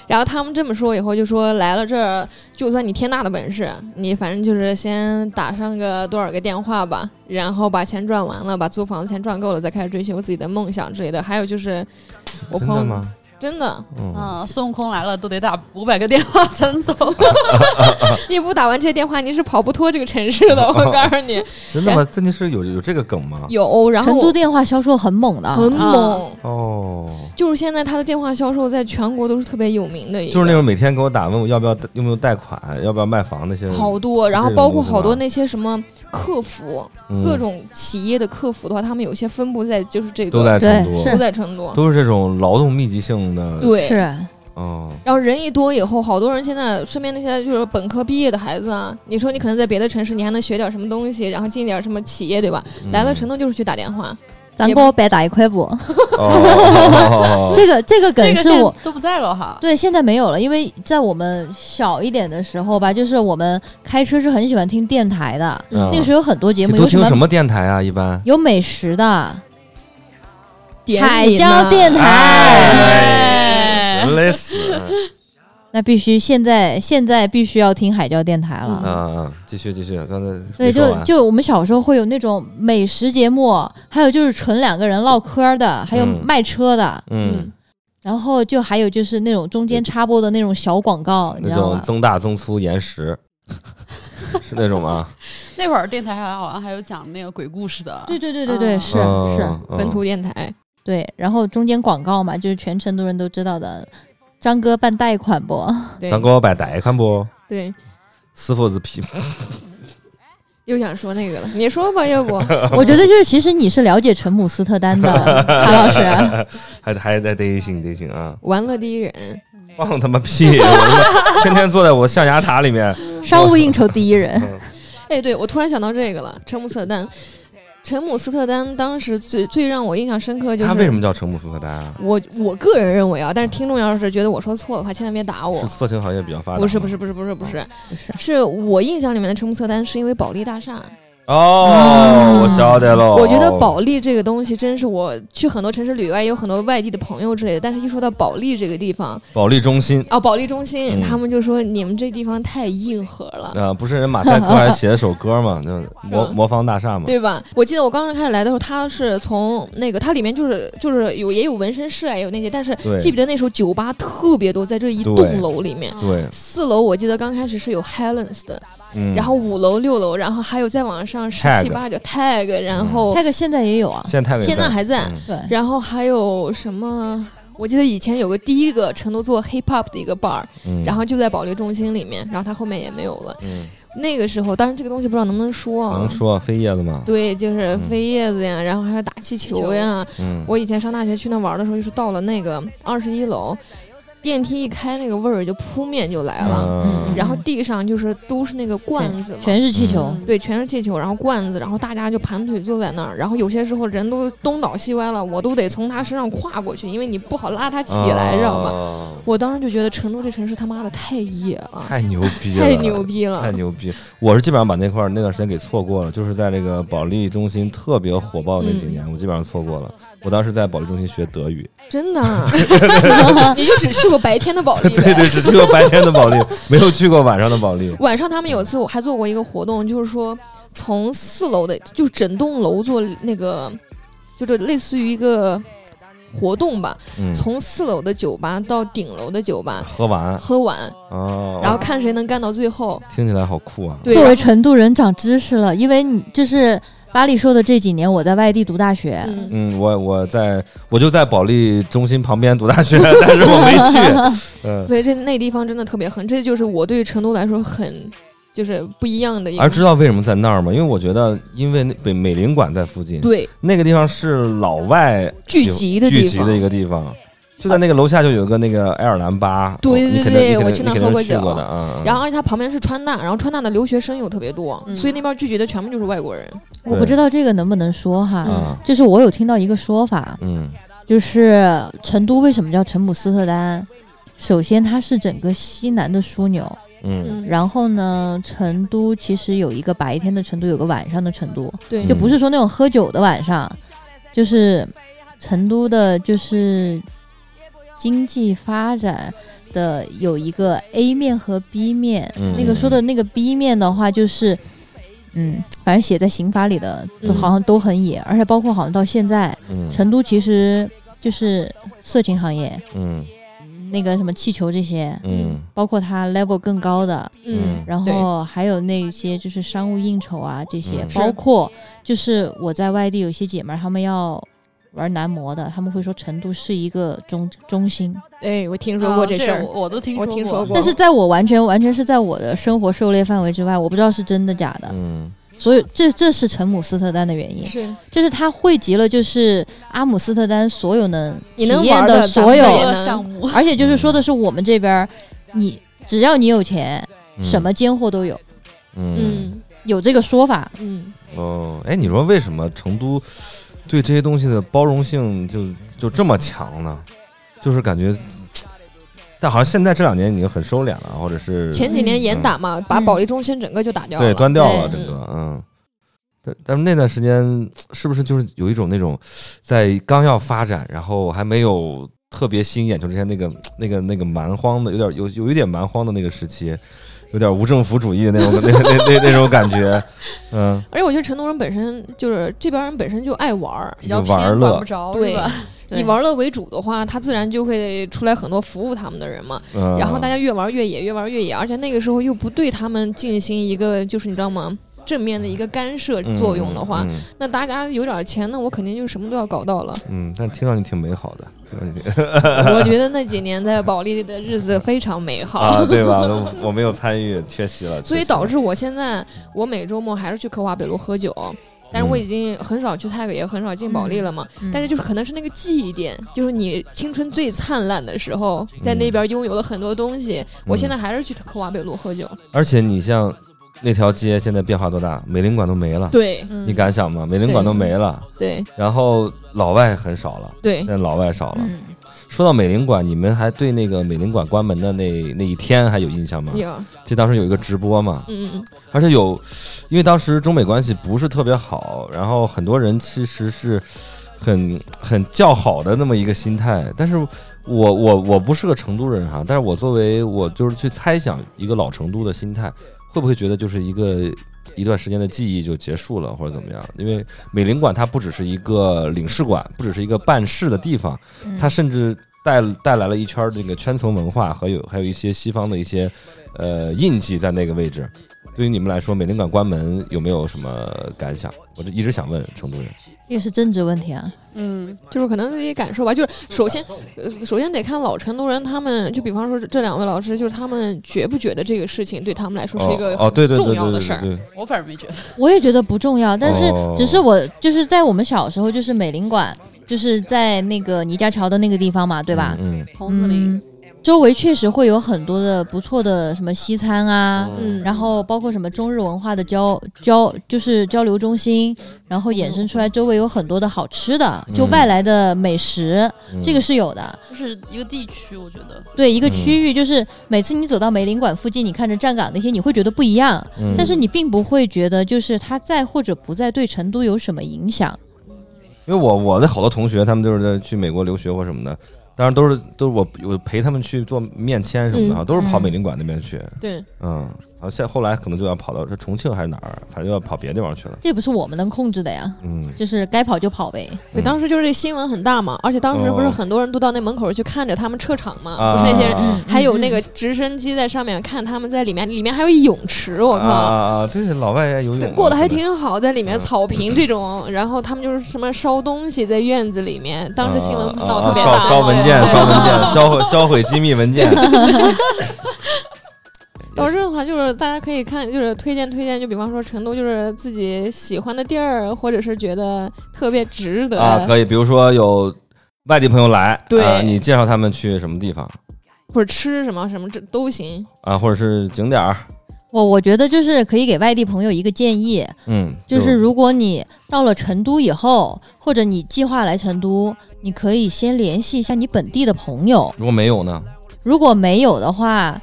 C: 然后他们这么说以后，就说来了这儿，就算你天大的本事，你反正就是先打上个多少个电话吧，然后把钱赚完了，把租房的钱赚够了，再开始追求自己的梦想之类的。还有就是，我
D: 真
C: 朋友
D: 的吗？
C: 真的，
D: 嗯，
E: 嗯，孙悟空来了都得打五百个电话 才能走。
C: 你不打完这些电话，你是跑不脱这个城市的。我告诉 你，
D: 真的吗？真的是有有这个梗吗？
C: 有，然后
F: 成都电话销售很猛的啊，
C: 很猛，
D: 哦，
C: 就是现在他的电话销售在全国都是特别有名的一个，
D: 就是那种每天给我打问我要不要用不用贷款，要不要卖房那些人，
C: 好多，然后
D: 这种
C: 包括
D: 东西
C: 好多
D: 吧
C: 那些什么客服，
D: 嗯
C: 各种企业的客服的话，他们有些分布在就是这个
D: 都在成
F: 对
D: 都
F: 是，
C: 都在成都，
D: 都是这种劳动密集性的，
C: 对。
F: 是
D: 哦，
C: 然后人一多以后，好多人现在身边那些就是本科毕业的孩子啊，你说你可能在别的城市你还能学点什么东西，然后进点什么企业，对吧？
D: 嗯
C: 来了成都就是去打电话，
F: 咱
C: 也
F: 给我白打一块不？
D: 都， 哦
F: 这个这个梗
E: 这个
F: 是
E: 现
F: 我
E: 在都不在了哈。
F: 对，现在没有了，因为在我们小一点的时候吧，就是我们开车是很喜欢听电台的，
D: 嗯
F: 那个时候有很多节目，
D: 都
F: 有
D: 听
F: 么
D: 什么电台啊？一般
F: 有美食的，
C: 点啊
F: 海
C: 你呢
F: 椒电
D: 啊
F: 台，
E: 哎
C: 嗯
D: 真累死了。
F: 那必须现在现在必须要听海椒电台了。
D: 嗯嗯，继续继续，刚才没
F: 对，
D: 啊说
F: 就
D: 完
F: 就我们小时候会有那种美食节目，还有就是纯两个人唠嗑儿的，还有
D: 嗯
F: 卖车的，
D: 嗯，
F: 然后就还有就是那种中间插播的那种小广告，你
D: 那
F: 知道
D: 种
F: 吗？
D: 增大增粗延时，是那种吗？
E: 那会儿电台还好像还有讲那个鬼故事的，
F: 对对对对对，
E: 啊
F: 是
D: 嗯
F: 是，
C: 本土
D: 嗯
C: 电台，
F: 对，然后中间广告嘛，就是全成都人都知道的，张哥办贷款不？
C: 对
D: 咱给我摆贷款不？
C: 对，
D: 师傅是皮，
C: 又想说那个了，你说吧，要 不
F: 我觉得这其实你是了解陈姆斯特丹的，韩老师，
D: 还还得得行得行啊！
C: 玩乐第一人，
D: 放他妈屁！我他妈天天坐在我象牙塔里面，
F: 商务应酬第一人。
C: 哎，对我突然想到这个了，陈姆斯特丹，陈姆斯特丹当时最最让我印象深刻就是
D: 他为什么叫成木斯特丹啊？
C: 我我个人认为啊，但是听众要是觉得我说错的话，千万别打我
D: 是。啊色情行业比较发达吗？
C: 不是不是不是不是不是，
F: 不是
C: 是我印象里面的陈木色丹是因为保利大厦。
D: 哦，我晓得哦喽。
C: 嗯我觉得保利这个东西真是我去很多城市旅游，也有很多外地的朋友之类的，但是一说到保利这个地方，
D: 保利中心
C: 哦，保利中心，
D: 嗯
C: 他们就说你们这地方太硬核了。
D: 啊，不是人马赛克还写了首歌嘛， 就魔魔方大厦嘛。
C: 对吧？我记得我刚刚开始来的时候，它是从那个它里面就是就是有也有纹身室啊，也有那些，但是
D: 对
C: 记不得那时候酒吧特别多，在这一
D: 对
C: 栋楼里面，
D: 对，
C: 四楼我记得刚开始是有 Helens 的，
D: 嗯。
C: 然后五楼、六楼，然后还有再往上十
D: Tag 嗯
C: 七八九 tag，然后
F: 泰哥现在也有啊，
D: 现在太美
C: 现在
D: 在
C: 还在，
D: 嗯
F: 对，
C: 然后还有什么？我记得以前有个第一个成都做 hip hop 的一个 bar，、
D: 嗯
C: 然后就在保利中心里面，然后它后面也没有了。
D: 嗯
C: 那个时候，当然这个东西不知道能不能说啊。
D: 能说嗯飞叶子吗？
C: 对，就是飞叶子呀，然后还有打气球呀。
D: 嗯，
C: 我以前上大学去那玩的时候，就是到了那个二十一楼，电梯一开，那个味儿就扑面就来了。
D: 嗯
C: 然后地上就是都是那个罐子嘛，
F: 全是气球，
E: 嗯
C: 对，全是气球，然后罐子，然后大家就盘腿坐在那儿，然后有些时候人都东倒西歪了，我都得从他身上跨过去，因为你不好拉他起
D: 啊
C: 来，知道吗？
D: 吗？
C: 我当时就觉得成都这城市他妈的太野了，
D: 哦太牛逼了！
C: 太牛逼
D: 太
C: 了。
D: 牛逼！我是基本上把那块儿那段时间给错过了，就是在这个保利中心特别火爆那几
C: 嗯
D: 年，我基本上错过了。我当时在保利中心学德 语，
C: 真的 啊，你就只去过白天的保利呗。
D: 对 对，只去过白天的保利，没有去过晚上的保利。
C: 晚上他们有一次我还做过一个活动，就是说从四楼的，就是整栋楼做那个，就是类似于一个活动吧，
D: 嗯，
C: 从四楼的酒吧到顶楼的酒吧
D: 喝完
C: 喝完，
D: 嗯哦，
C: 然后看谁能干到最后。
D: 听起来好酷啊！
C: 对，
F: 作为成都人长知识了，因为你就是巴里说的这几年我在外地读大学，
C: 嗯，
D: 嗯，我我在我就在保利中心旁边读大学， 但是我 没去。嗯，
C: 所以这那地方真的特别狠，这就是我对成都来说很就是不一样的一
D: 而
C: 个
D: 知道为什么在那儿吗？因为我觉得，因为那北美领馆在附近，
C: 对
D: 那个地方是老外
C: 聚
D: 喜
C: 集的
D: 聚
C: 地
D: 集的一
C: 方。
D: 个地方，就在那个楼下就有一个那个爱尔兰吧，
C: 对
D: 哦
C: 对
D: 你
C: 对
D: 肯定
C: 对
D: 你肯定
C: 我去那儿
D: 你肯
C: 喝
D: 定
C: 过
D: 去
C: 酒
D: 过的啊。嗯
C: 然后，而且它旁边是川大，然后川大的留学生又特别多，
E: 嗯
C: 所以那边聚集的全部就是外国人。
F: 我不知道这个能不能说哈。
C: 嗯
D: 啊，
F: 就是我有听到一个说法，
D: 嗯
F: 就是成都为什么叫成姆斯特丹？首先，它是整个西南的枢纽。
D: 嗯
C: 嗯，
F: 然后呢，成都其实有一个白天的成都，有个晚上的成都，
C: 对，
F: 嗯就不是说那种喝酒的晚上，就是成都的，就是经济发展的有一个 A 面和 B 面。
D: 嗯
F: 那个说的那个 B 面的话，就是嗯，反正写在刑法里的，都
C: 嗯
F: 好像都很野，而且包括好像到现在，
D: 嗯
F: 成都其实就是色情行业，
D: 嗯
F: 那个什么气球这些，
D: 嗯
F: 包括它 level 更高的，
C: 嗯，
F: 然
C: 对
F: 后还有那些就是商务应酬啊这些，
D: 嗯
F: 包
C: 是
F: 括就是我在外地有些姐妹儿她们要玩男模的，她们会说成都是一个中中心，
C: 哎，我听说过这事儿，
E: 哦我我都听
C: 我
E: 说
C: 听说过
F: 但是在我完全完全是在我的生活狩猎范围之外，我不知道是真的假的，
D: 嗯
F: 所以这这是成姆斯特丹的原因，
C: 是
F: 就是它汇集了就是阿姆斯特丹所有能体
C: 你能
F: 验
C: 玩
F: 的
C: 的咱
F: 所
C: 们
F: 有
C: 也
E: 每
C: 能
E: 个项 目，
F: 而且就是说的是我们这边儿，你只要你有钱，
D: 嗯
F: 什么尖货都有，
D: 嗯
C: 嗯
F: 有这个说法。
C: 嗯，
D: 哦，哎，你说为什么成都对这些东西的包容性就就这么强呢？就是感觉，但好像现在这两年已经很收敛了，或者是
C: 前几年严打嘛，把保利中心整个就打掉
D: 对
C: 了。
D: 端掉了
F: 嗯对
D: 整个，嗯。但但是那段时间是不是就是有一种那种，在刚要发展，然后还没有特别吸引眼球之前，那个那个那个蛮荒的，有点有有一点蛮荒的那个时期，有点无政府主义的那种那那那那种感觉，嗯，
C: 而且我觉得成都人本身就是这边人本身就爱玩儿，
E: 比较
D: 就
E: 偏
D: 玩
E: 管
D: 乐
E: 不，着，
C: 对
E: 是 吧？
F: 对
C: 以玩乐为主的话，他自然就会出来很多服务他们的人嘛。
D: 嗯，
C: 然后大家越玩越野，越玩越野，而且那个时候又不对他们进行一个就是你知道吗？正面的一个干涉
D: 嗯
C: 作用的话，
D: 嗯
C: 那大家有点钱，那我肯定就什么都要搞 到了。
D: 嗯，但是听上去挺美好的，听上去挺
C: 我觉得那几年在保利的日子非常美好，
D: 啊，对吧？我我没有参与，缺席了，
C: 所以
D: 缺席
C: 导
D: 了
C: 致我现在我每周末还是去科华北路喝酒，
D: 嗯
C: 但是我已经很少去泰国，也很少进保利了嘛。
D: 嗯
C: 但是就是可能是那个记忆点，就是你青春最灿烂的时候，
D: 嗯
C: 在那边拥有了很多东西。我现在还是去科华北路喝酒，
D: 而且你像那条街现在变化多大，美领馆都没了，
C: 对
D: 你敢想吗？美领馆都没了，
C: 嗯对
D: 然后老外很少了，
C: 对
D: 现，在老外少了。
F: 嗯，
D: 说到美领馆，你们还对那个美领馆关门的那那一天还有印象吗？
C: 有
D: 就当时有一个直播嘛，
C: 嗯嗯
D: 而且有，因为当时中美关系不是特别好，然后很多人其实是很很较好的那么一个心态。但是我我我不是个成都人哈，但是我作为我就是去猜想一个老成都的心态，会不会觉得就是一个一段时间的记忆就结束了或者怎么样？因为美领馆它不只是一个领事馆，不只是一个办事的地方，
F: 嗯
D: 它甚至带带来了一圈儿这个圈层文化和有还有一些西方的一些呃印记在那个位置，对于你们来说，美领馆关门有没有什么感想？我这一直想问成都人，
F: 也是政治问题啊。
E: 嗯，
C: 就是可能自己感受吧，就是首先，呃首先得看老成都人他们，就比方说这这两位老师，就是他们觉不觉得这个事情对他们来说是一个
D: 哦哦，对对对
C: 重要
D: 对
C: 的
D: 对
C: 事
D: 对
C: 儿
D: 对，
E: 我反而没觉得。
F: 我也觉得不重要，但是
D: 哦
F: 只是我就是在我们小时候，就是美领馆，就是在那个倪家桥的那个地方嘛，对吧？
D: 嗯，嗯
E: 孔子林，
F: 嗯，周围确实会有很多的不错的什么西餐
D: 哦
F: 啊，
C: 嗯，
F: 然后包括什么中日文化的交交就是交流中心，然后衍生出来周围有很多的好吃的，就
D: 嗯
F: 外来的美食，
D: 嗯
F: 这个是有的。
E: 就是一个地区，我觉得
F: 对一个区域，就是每次你走到梅林馆附近，你看着站岗那些，你会觉得不一样，
D: 嗯
F: 但是你并不会觉得就是它在或者不在对成都有什么影响。
D: 因为我我的好多同学，他们就是在去美国留学或什么的，当然都是都是我我陪他们去做面签什么的哈，
C: 嗯
D: 都是跑美领馆那边去，
C: 对，
D: 嗯，好，现在后来可能就要跑到这重庆还是哪儿，反正又要跑别地方去了，
F: 这不是我们能控制的呀，
D: 嗯，
F: 就是该跑就跑呗。
C: 对，当时就是这新闻很大嘛，而且当时不是
D: 哦
C: 很多人都到那门口去看着他们撤场嘛，
D: 啊
C: 不是那些人，
D: 嗯
C: 还有那个直升机在上面看他们在里面，里面还有泳池，我靠。
D: 啊啊，啊对，老外也游
C: 对
D: 泳，
C: 过得还
D: 啊
C: 挺好，在里面
D: 嗯
C: 草坪这种，然后他们就是什么烧东西在院子里面，当时新闻
D: 啊
C: 闹
D: 啊
C: 得特别
D: 烧
C: 大，
D: 烧文 件，
C: 对
D: 烧文件，销毁销毁机密文件，
C: 导致的话，就是大家可以看，就是推荐推荐，就比方说成都，就是自己喜欢的地儿，或者是觉得特别值得。
D: 啊，可以，比如说有外地朋友来，
C: 对
D: 啊你介绍他们去什么地方
C: 或者吃什么什么这都行。
D: 啊，或者是景点儿，
F: 我我觉得就是可以给外地朋友一个建议，
D: 嗯，
F: 就是如果你到了成都以后，或者你计划来成都，你可以先联系一下你本地的朋友，
D: 如果没有呢，
F: 如果没有的话。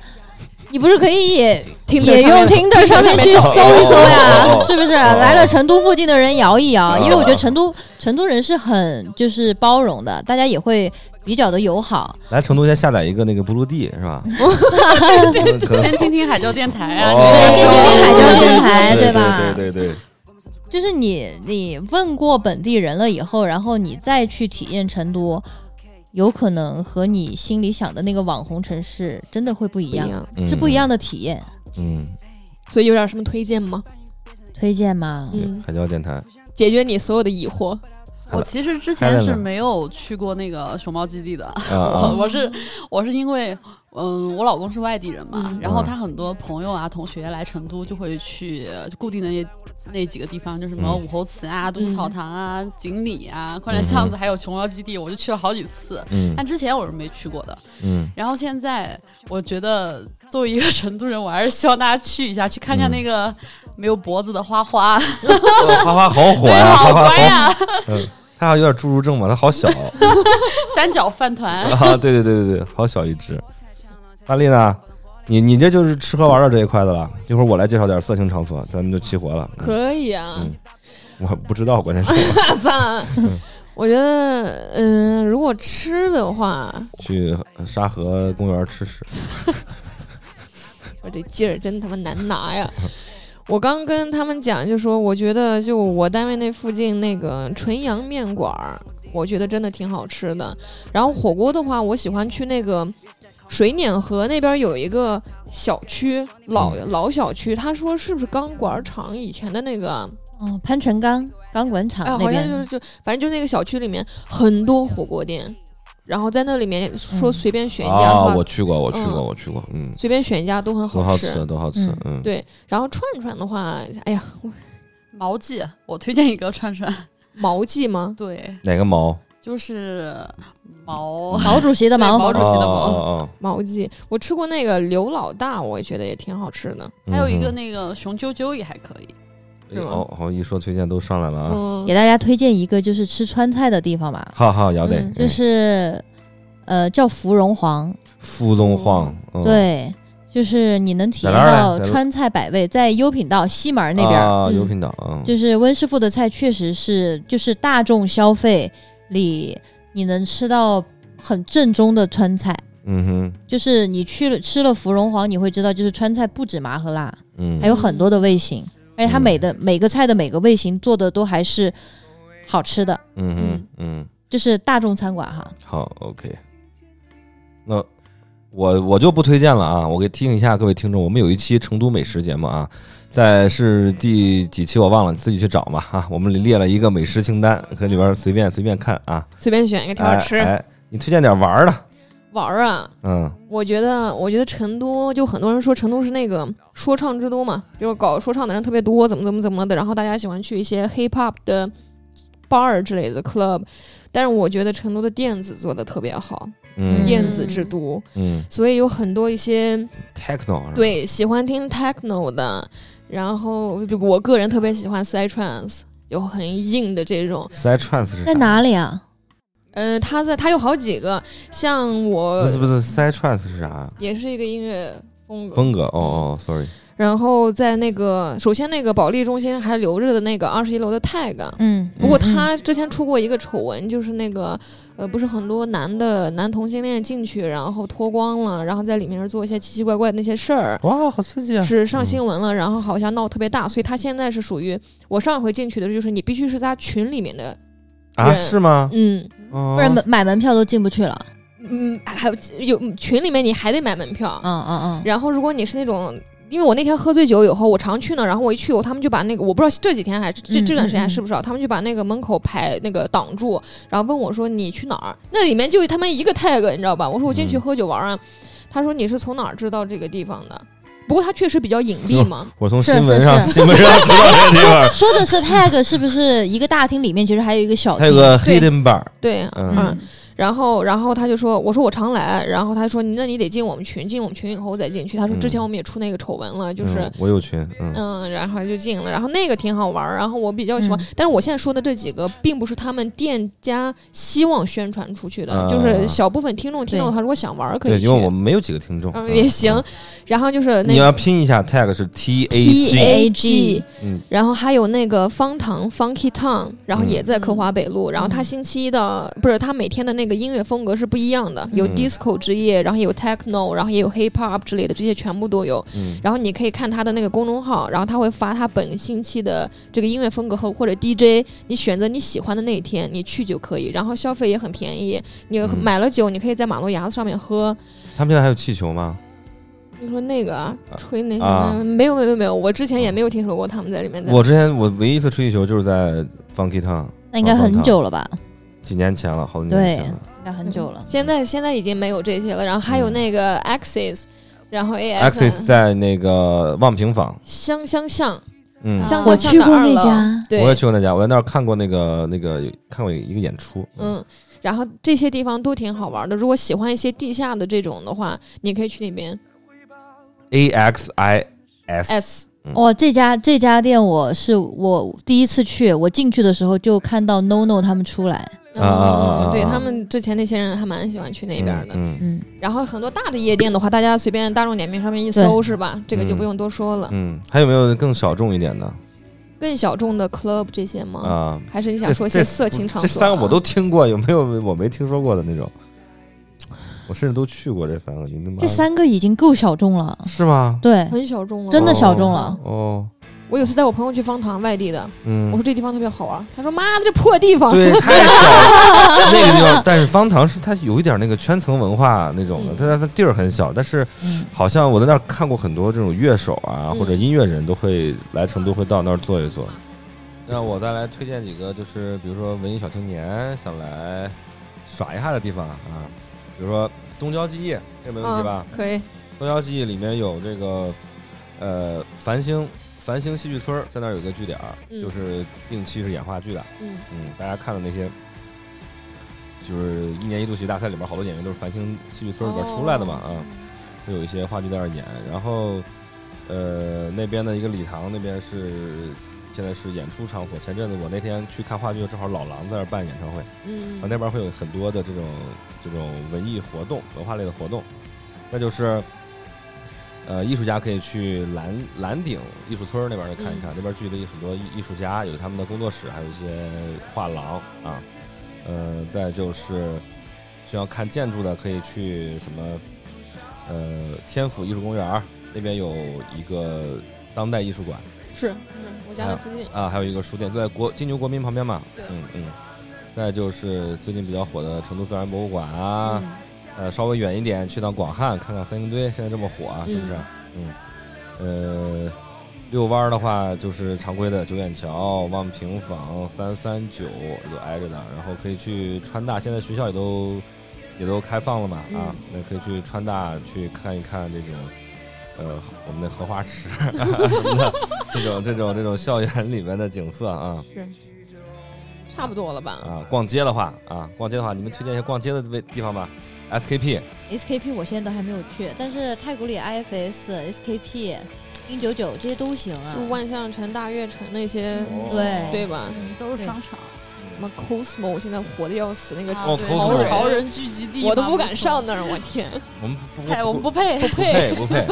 F: 你不是可以也
C: 听
F: 也用 Tinder 上面去搜一
D: 哦
F: 搜
D: 哦
F: 呀
D: 哦，
F: 是不是？
D: 哦
F: 来了成都附近的人摇一摇，
D: 哦
F: 因为我觉得成都成都人是很就是包容的，大家也会比较的友好。
D: 来成都先下载一个那个 Blue D 是吧？
C: 嗯
D: 可能
E: 先听听海椒电台啊，
D: 哦
F: 对，先听听海椒电台，
D: 对对
F: 吧？
D: 对对对，
F: 就是你你问过本地人了以后，然后你再去体验成都，有可能和你心里想的那个网红城市真的会不一
C: 不一
F: 样，
C: 样，
D: 对
F: 是不一，样的体验。
D: 嗯，
C: 所以有点什么推荐吗？
F: 推荐吗？
D: 嗯
C: 嗯
D: 海椒电台，
C: 解决你所有的疑惑。
E: 我其实之前是没有去过那个熊猫基地的，
D: 啊啊
E: 我我是我是因为，嗯、我老公是外地人嘛，
C: 嗯
E: 然后他很多朋友啊、同学来成都就会去呃固定的那那几个地方，就什么
D: 嗯
E: 武侯祠啊、杜甫草堂啊、锦里啊、宽窄巷子，还有熊猫基地，我就去了好几次。
D: 嗯
E: 但之前我是没去过的，
D: 嗯，
E: 然后现在我觉得作为一个成都人，我还是希望大家去一下，去看看
D: 嗯
E: 那个没有脖子的花花，
D: 花花好火
E: 对，
D: 呀，
E: 好
D: 花花
E: 乖
D: 好，
E: 呀、
D: 嗯，他好像有点侏儒症嘛，他好小
E: 三角饭 团。
D: 啊，对对对对对，好小一只。大力呢？你你这就是吃喝玩乐这一块的了，一会儿我来介绍点色情场所，咱们就齐活了。嗯
C: 可以啊，
D: 嗯我不知道，关键是
C: 大赞。我觉得，嗯、如果吃的话，
D: 去沙河公园吃屎，
C: 我这劲儿真他妈难拿呀！我刚跟他们讲，就说我觉得就我单位那附近那个纯阳面馆儿，我觉得真的挺好吃的。然后火锅的话，我喜欢去那个水碾河那边有一个小区，老老小区，他说是不是钢管厂以前的那个啊？
F: 哦，潘成钢钢管厂
C: 哎，
F: 啊那
C: 好像
F: 边，
C: 就是就反正就是那个小区里面很多火锅店，然后在那里面说
F: 嗯
C: 随便选一家的
D: 啊，
C: 话，
D: 我去过，我去过，
C: 嗯
D: 我去过，嗯，
C: 随便选一家都很
D: 多好吃，都好吃
F: 嗯，
D: 嗯，
C: 对，然后串串的话，哎呀，我
E: 毛记，我推荐一个串 串，
C: 毛记吗？
E: 对，
D: 哪个毛？
E: 就是毛
F: 毛主席的
E: 对毛
F: 毛
E: 主席的
D: 哦
E: 毛
D: 哦哦
C: 毛记，我吃过那个刘老大，我也觉得也挺好吃的。
D: 哦
E: 还有一个
D: 嗯
E: 那个熊赳赳也还可以，
D: 哼
C: 是吗
D: 哦，好一说推荐都上来了啊，
C: 嗯
F: 给，大家推荐一个就是吃川菜的地方吧，
D: 好好要得
C: 嗯，
F: 就
D: 嗯
F: 是呃叫芙蓉皇，
D: 芙蓉晃，嗯，
F: 对，就是你能体验
D: 在哪儿嘞
F: 到
D: 在哪儿
F: 川菜百味，在优品道西门儿那边儿，
D: 啊，
C: 嗯
D: 油品岛，嗯，
F: 就是温师傅的菜确实是就是大众消费里你能吃到很正宗的川菜。
D: 嗯哼，
F: 就是你去了吃了芙蓉皇，你会知道，就是川菜不止麻和辣，
D: 嗯，
F: 还有很多的味型，而且它
D: 嗯
F: 每的每个菜的每个味型做的都还是好吃的，
D: 嗯哼，嗯，
F: 就是大众餐馆哈。
D: 好，OK，那我我就不推荐了啊，我给提醒一下各位听众，我们有一期成都美食节目啊，在是第几期我忘了，你自己去找嘛啊！我们列了一个美食清单，可以里边随便随便看啊。
C: 随便选一个挺好
D: 哎
C: 吃。
D: 哎，你推荐点玩儿的，
C: 玩儿啊，
D: 嗯，
C: 我觉得，我觉得成都就很多人说成都是那个说唱之都嘛，就是搞说唱的人特别多，怎么怎么怎么的，然后大家喜欢去一些 hip hop 的 bar 之类的 club，但是我觉得成都的电子做的特别好，
D: 嗯
C: 电子之都，
D: 嗯
C: 所以有很多一些
D: ，techno 是吧，
C: 对喜欢听 techno 的，然后就我个人特别喜欢 psytrance，有很硬的这种，
D: ，psytrance 是啥
F: 在？哪里啊？
C: 嗯、他在他有好几个，像我
D: 不是不是，psytrance 是啥呀？
C: 也是一个音乐风格，
D: 风格？哦哦，sorry，
C: 然后在那个，首先那个保利中心还留着的那个二十一楼的 tag，
F: 嗯，
C: 不过
F: 嗯嗯
C: 他之前出过一个丑闻，就是那个呃，不是很多男的男同性恋进去，然后脱光了，然后在里面做一些奇奇怪怪的那些事儿。
D: 哇，好刺激啊！
C: 是上新闻了，然后好像闹得特别大，所以他现在是属于我上一回进去的，就是你必须是他群里面的，
D: 啊，
C: 人
D: 是吗？哦
C: 嗯
D: 不
F: 不然门买门票都进不去了。
C: 嗯，还有有群里面你还得买门票，
F: 嗯嗯
D: 啊
F: 嗯，
C: 然后如果你是那种，因为我那天喝醉酒以后，我常去呢，然后我一去以后，他们就把那个我不知道这几天还是这
F: 嗯
C: 这段时间还
F: 嗯
C: 是不是啊，他们就把那个门口牌那个挡住，然后问我说你去哪儿？那里面就他们一个 tag，你知道吧？我说我进去
D: 嗯
C: 喝酒玩啊，他说你是从哪儿知道这个地方的？不过他确实比较隐蔽嘛，
D: 我从
F: 是
D: 新闻
F: 是
D: 上
F: 是，
D: 新闻上知道这个地方
F: 说的是 tag 是不是一个大厅里面其实还有一个小
D: 它
F: 厅？
D: 有个
C: 对
D: hidden bar，
C: 对。
D: 嗯，
F: 嗯
C: 然后，然后他就说：“我说我常来。”然后他说：“那你得进我们群，进我们群以后我再进去。”他说：“之前
D: 嗯
C: 我们也出那个丑闻了，就是、
D: 嗯我有群，嗯
C: 嗯，然后就进了，然后那个挺好玩儿，然后我比较喜欢，
F: 嗯
C: 但是我现在说的这几个，并不是他们店家希望宣传出去的，
D: 啊
C: 就是小部分听众听到
F: 对
C: 的话，如果想玩儿可
D: 对，
C: 以去
D: 因，为我们没有几个听众，
C: 嗯也行。然后就是
D: 你
C: 那个
D: 要拼一下 tag 是 T A
F: ，T
D: G，
C: G
F: A G，
D: 嗯
C: 然后还有那个方糖 Funky Town，然后也在科
E: 嗯
C: 华北路，然后他星期的不是他每天的那个音乐风格是不一样的，有
D: 嗯
C: disco 之夜，然后有 techno，然后也有 hip hop 之类的，这些全部都有。
D: 嗯
C: 然后你可以看他的那个公众号，然后他会发他本星期的这个音乐风格和或者 DJ，你选择你喜欢的那一天你去就可以，然后消费也很便宜，你
D: 嗯
C: 买了酒你可以在马路牙子上面喝。
D: 他们现在还有气球吗？
C: 你说那个啊，吹那些、
D: 啊
C: 没有没有没有，我之前也没有听说过他们在里面在。
D: 我之前我唯一一次吹气球就是在 Funky Town，
F: 那应该很久了吧？
D: 几年前了，好多年前了。
F: 应该很久了。
C: 现在现在已经没有这些了，然后还有
D: 嗯
C: 那个 Axis，、然后
D: Axis
C: AX
D: 在那个望平坊，
C: 香香巷
D: 嗯，
C: 香
F: 我
C: 香巷
F: 去
C: 的
F: 过
C: 二
F: 那
C: 楼
F: 家，
C: 啊对，
D: 我也去过那家，我在那儿看过那个那个看过一个演出，
C: 嗯，然后这些地方都挺好玩的。如果喜欢一些地下的这种的话，你可以去那边。
D: ，A X I S，
C: S
F: 哇，这家这家店我是我第一次去，我进去的时候就看到 No No 他们出来，
D: 啊啊啊啊啊
C: 嗯对他们之前那些人还蛮喜欢去那边的。
D: 嗯
F: 嗯，
C: 然后很多大的夜店的话，大家随便大众点评上面一搜是吧？这个就不用多说了。
D: 嗯，还有没有更小众一点的
C: 更小众的 club 这些吗？
D: 啊？
C: 还是你想
D: 这
C: 说一
D: 这
C: 些色情场所啊？
D: 这三个我都听过，有没有我没听说过的那种？我甚至都去过这三个，你他妈
F: 这三个已经够小众了，
D: 是吗？
F: 对，
C: 很小众了，啊
F: 真的小众了。
D: 哦，
C: 我有次带我朋友去方塘，外地的，
D: 嗯，
C: 我说这地方特别好玩，他说妈的这破地方，
D: 对，太小 了，那个地方。但是方糖是它有一点那个圈层文化那种的，
C: 嗯
D: 它它地儿很小，但是
F: 嗯
D: 好像我在那儿看过很多这种乐手啊、
C: 嗯
D: 或者音乐人都会来成都，会到那儿坐一坐。那我再来推荐几个，就是比如说文艺小青年想来耍一下的地方啊，比如说东郊记忆，这没问题吧
C: 嗯？，可以，
D: 东郊记忆里面有这个呃繁星繁星戏剧村儿，在那儿有一个据点儿，
C: 嗯
D: 就是定期是演话剧的。
C: 嗯
D: 嗯，大家看的那些，就是一年一度喜剧大赛里面好多演员都是繁星戏剧村里边出来的
C: 哦
D: 嘛，啊，会有一些话剧在那儿演。然后，呃，那边的一个礼堂那边是现在是演出场所。前阵子我那天去看话剧，正好老狼在那儿办演唱会，
C: 嗯
D: 然啊后那边会有很多的这种这种文艺活动、文化类的活动，那就是。呃，艺术家可以去蓝蓝顶艺术村儿那边儿去看一看，那边儿聚集了很多艺艺术家，有他们的工作室，还有一些画廊啊。呃，再就是需要看建筑的，可以去什么呃天府艺术公园儿那边有一个当代艺术馆，
C: 是，嗯，我家的附近，
D: 啊，还有一个书店，就在国金牛国民旁边嘛。
C: 对
D: 嗯嗯。再就是最近比较火的成都自然博物馆啊，
C: 嗯
D: 呃，稍微远一点去趟广汉看看三星堆，现在这么火啊，是不是？嗯。呃，遛弯儿的话，就是常规的九眼桥、望平坊、三三九就挨着的，然后可以去川大，现在学校也都也都开放了嘛，
E: 嗯
D: 啊，那可以去川大去看一看这种。呃，我们的荷花池 什么的，这种这种这种校园里面的景色啊
C: 差不多了吧？
D: 啊，逛街的话啊，逛街的话，你们推荐一下逛街的位地方吧，SKP
F: SKP 我现在都还没有去，但是太古里 IFS、SKP、零九九这些都行啊
C: 就。万象城、大悦城那些，
D: 哦
F: 对
C: 对吧？
E: 嗯都是
F: 对
E: 商场，
C: 什么 Cosmo 现在火的要死，那个
E: 啊
D: 哦
E: 对
D: Cosmo
E: 都是
C: 人
E: 潮人聚集地嘛，
C: 我都不敢上那儿，我天！
D: 我们不不
C: 哎
E: 太，我们
D: 不
E: 不配。
D: 不配不配。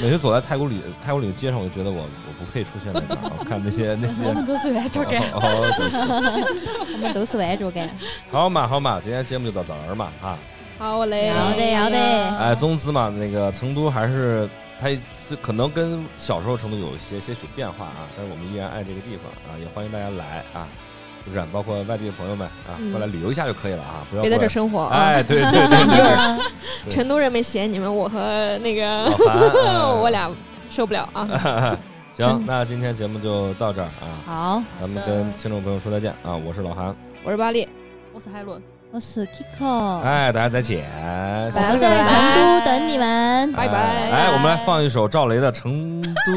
D: 每次走在太古里太古里的街上，我就觉得我我不配出现在这儿。我看那些那些
F: 嗯
E: 我，们都是来这干。
D: 哦，真是
F: 我们都是爱着干。
D: 好嘛好嘛，今天节目就到这儿嘛哈。
C: 好嘞，
F: 好的好的，
D: 哎，总之嘛，那个成都还是它是可能跟小时候成都有一些些许变化啊，但是我们依然爱这个地方啊，也欢迎大家来啊，是不是？包括外地的朋友们啊，
C: 嗯
D: 过来旅游一下就可以了啊，不要
C: 别在
D: 过
C: 这
D: 来
C: 生活啊！
D: 哎，对对 对对对，对
C: 成都人没嫌你们，我和那
D: 老
C: 个
D: 韩，哎
C: 我俩受不了啊！
D: 行，那今天节目就到这儿啊，
F: 好，
D: 咱们
E: 好的
D: 跟听众朋友说再见啊，我是老韩，
C: 我是巴力，
E: 我是海伦，
F: 我是 Kiko，
D: 哎，大家再见，
F: 我们在成都等你们。
C: 拜拜
D: 哎，我们来放一首赵雷的《成 都》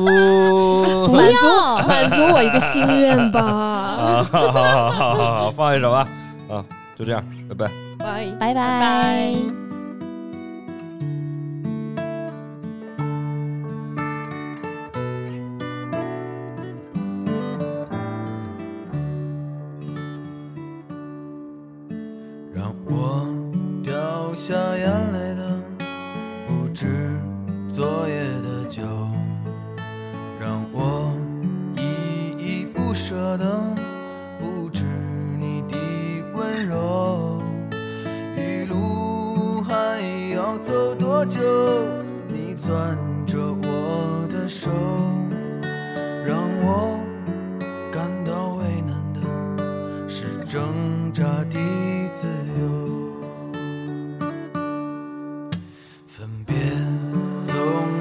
F: 不要。
C: 哦满足我一个心愿吧，
D: 啊，好好好好好，放一首吧，啊，就这样，拜拜。
C: 拜。
F: 拜拜
E: 拜。
I: 让我掉下眼泪的不止昨夜的酒，让我依依不舍的不止你的温柔。余路还要走多久？你攥着我的手，让我感到为难的。是挣扎的自由。分别总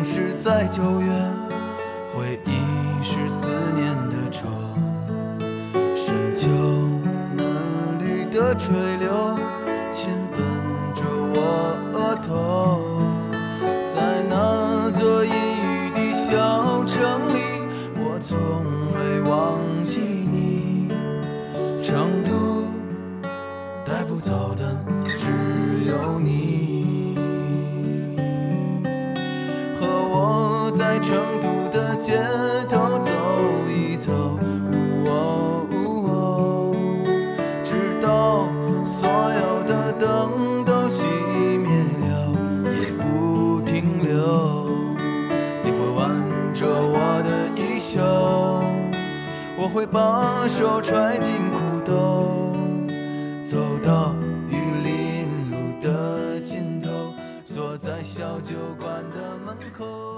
I: 是在九月，回忆是思念的愁，深秋嫩绿的垂柳亲吻着我额头，在那座阴雨的小城里，我从未忘记你。成都带不走的只有你。和我在成都的街头走一走，哦哦哦直到所有的灯都熄灭了，也不停留。你会挽着我的衣袖。我会把手揣进裤兜，走到玉林路的尽头，坐在小酒馆的门口。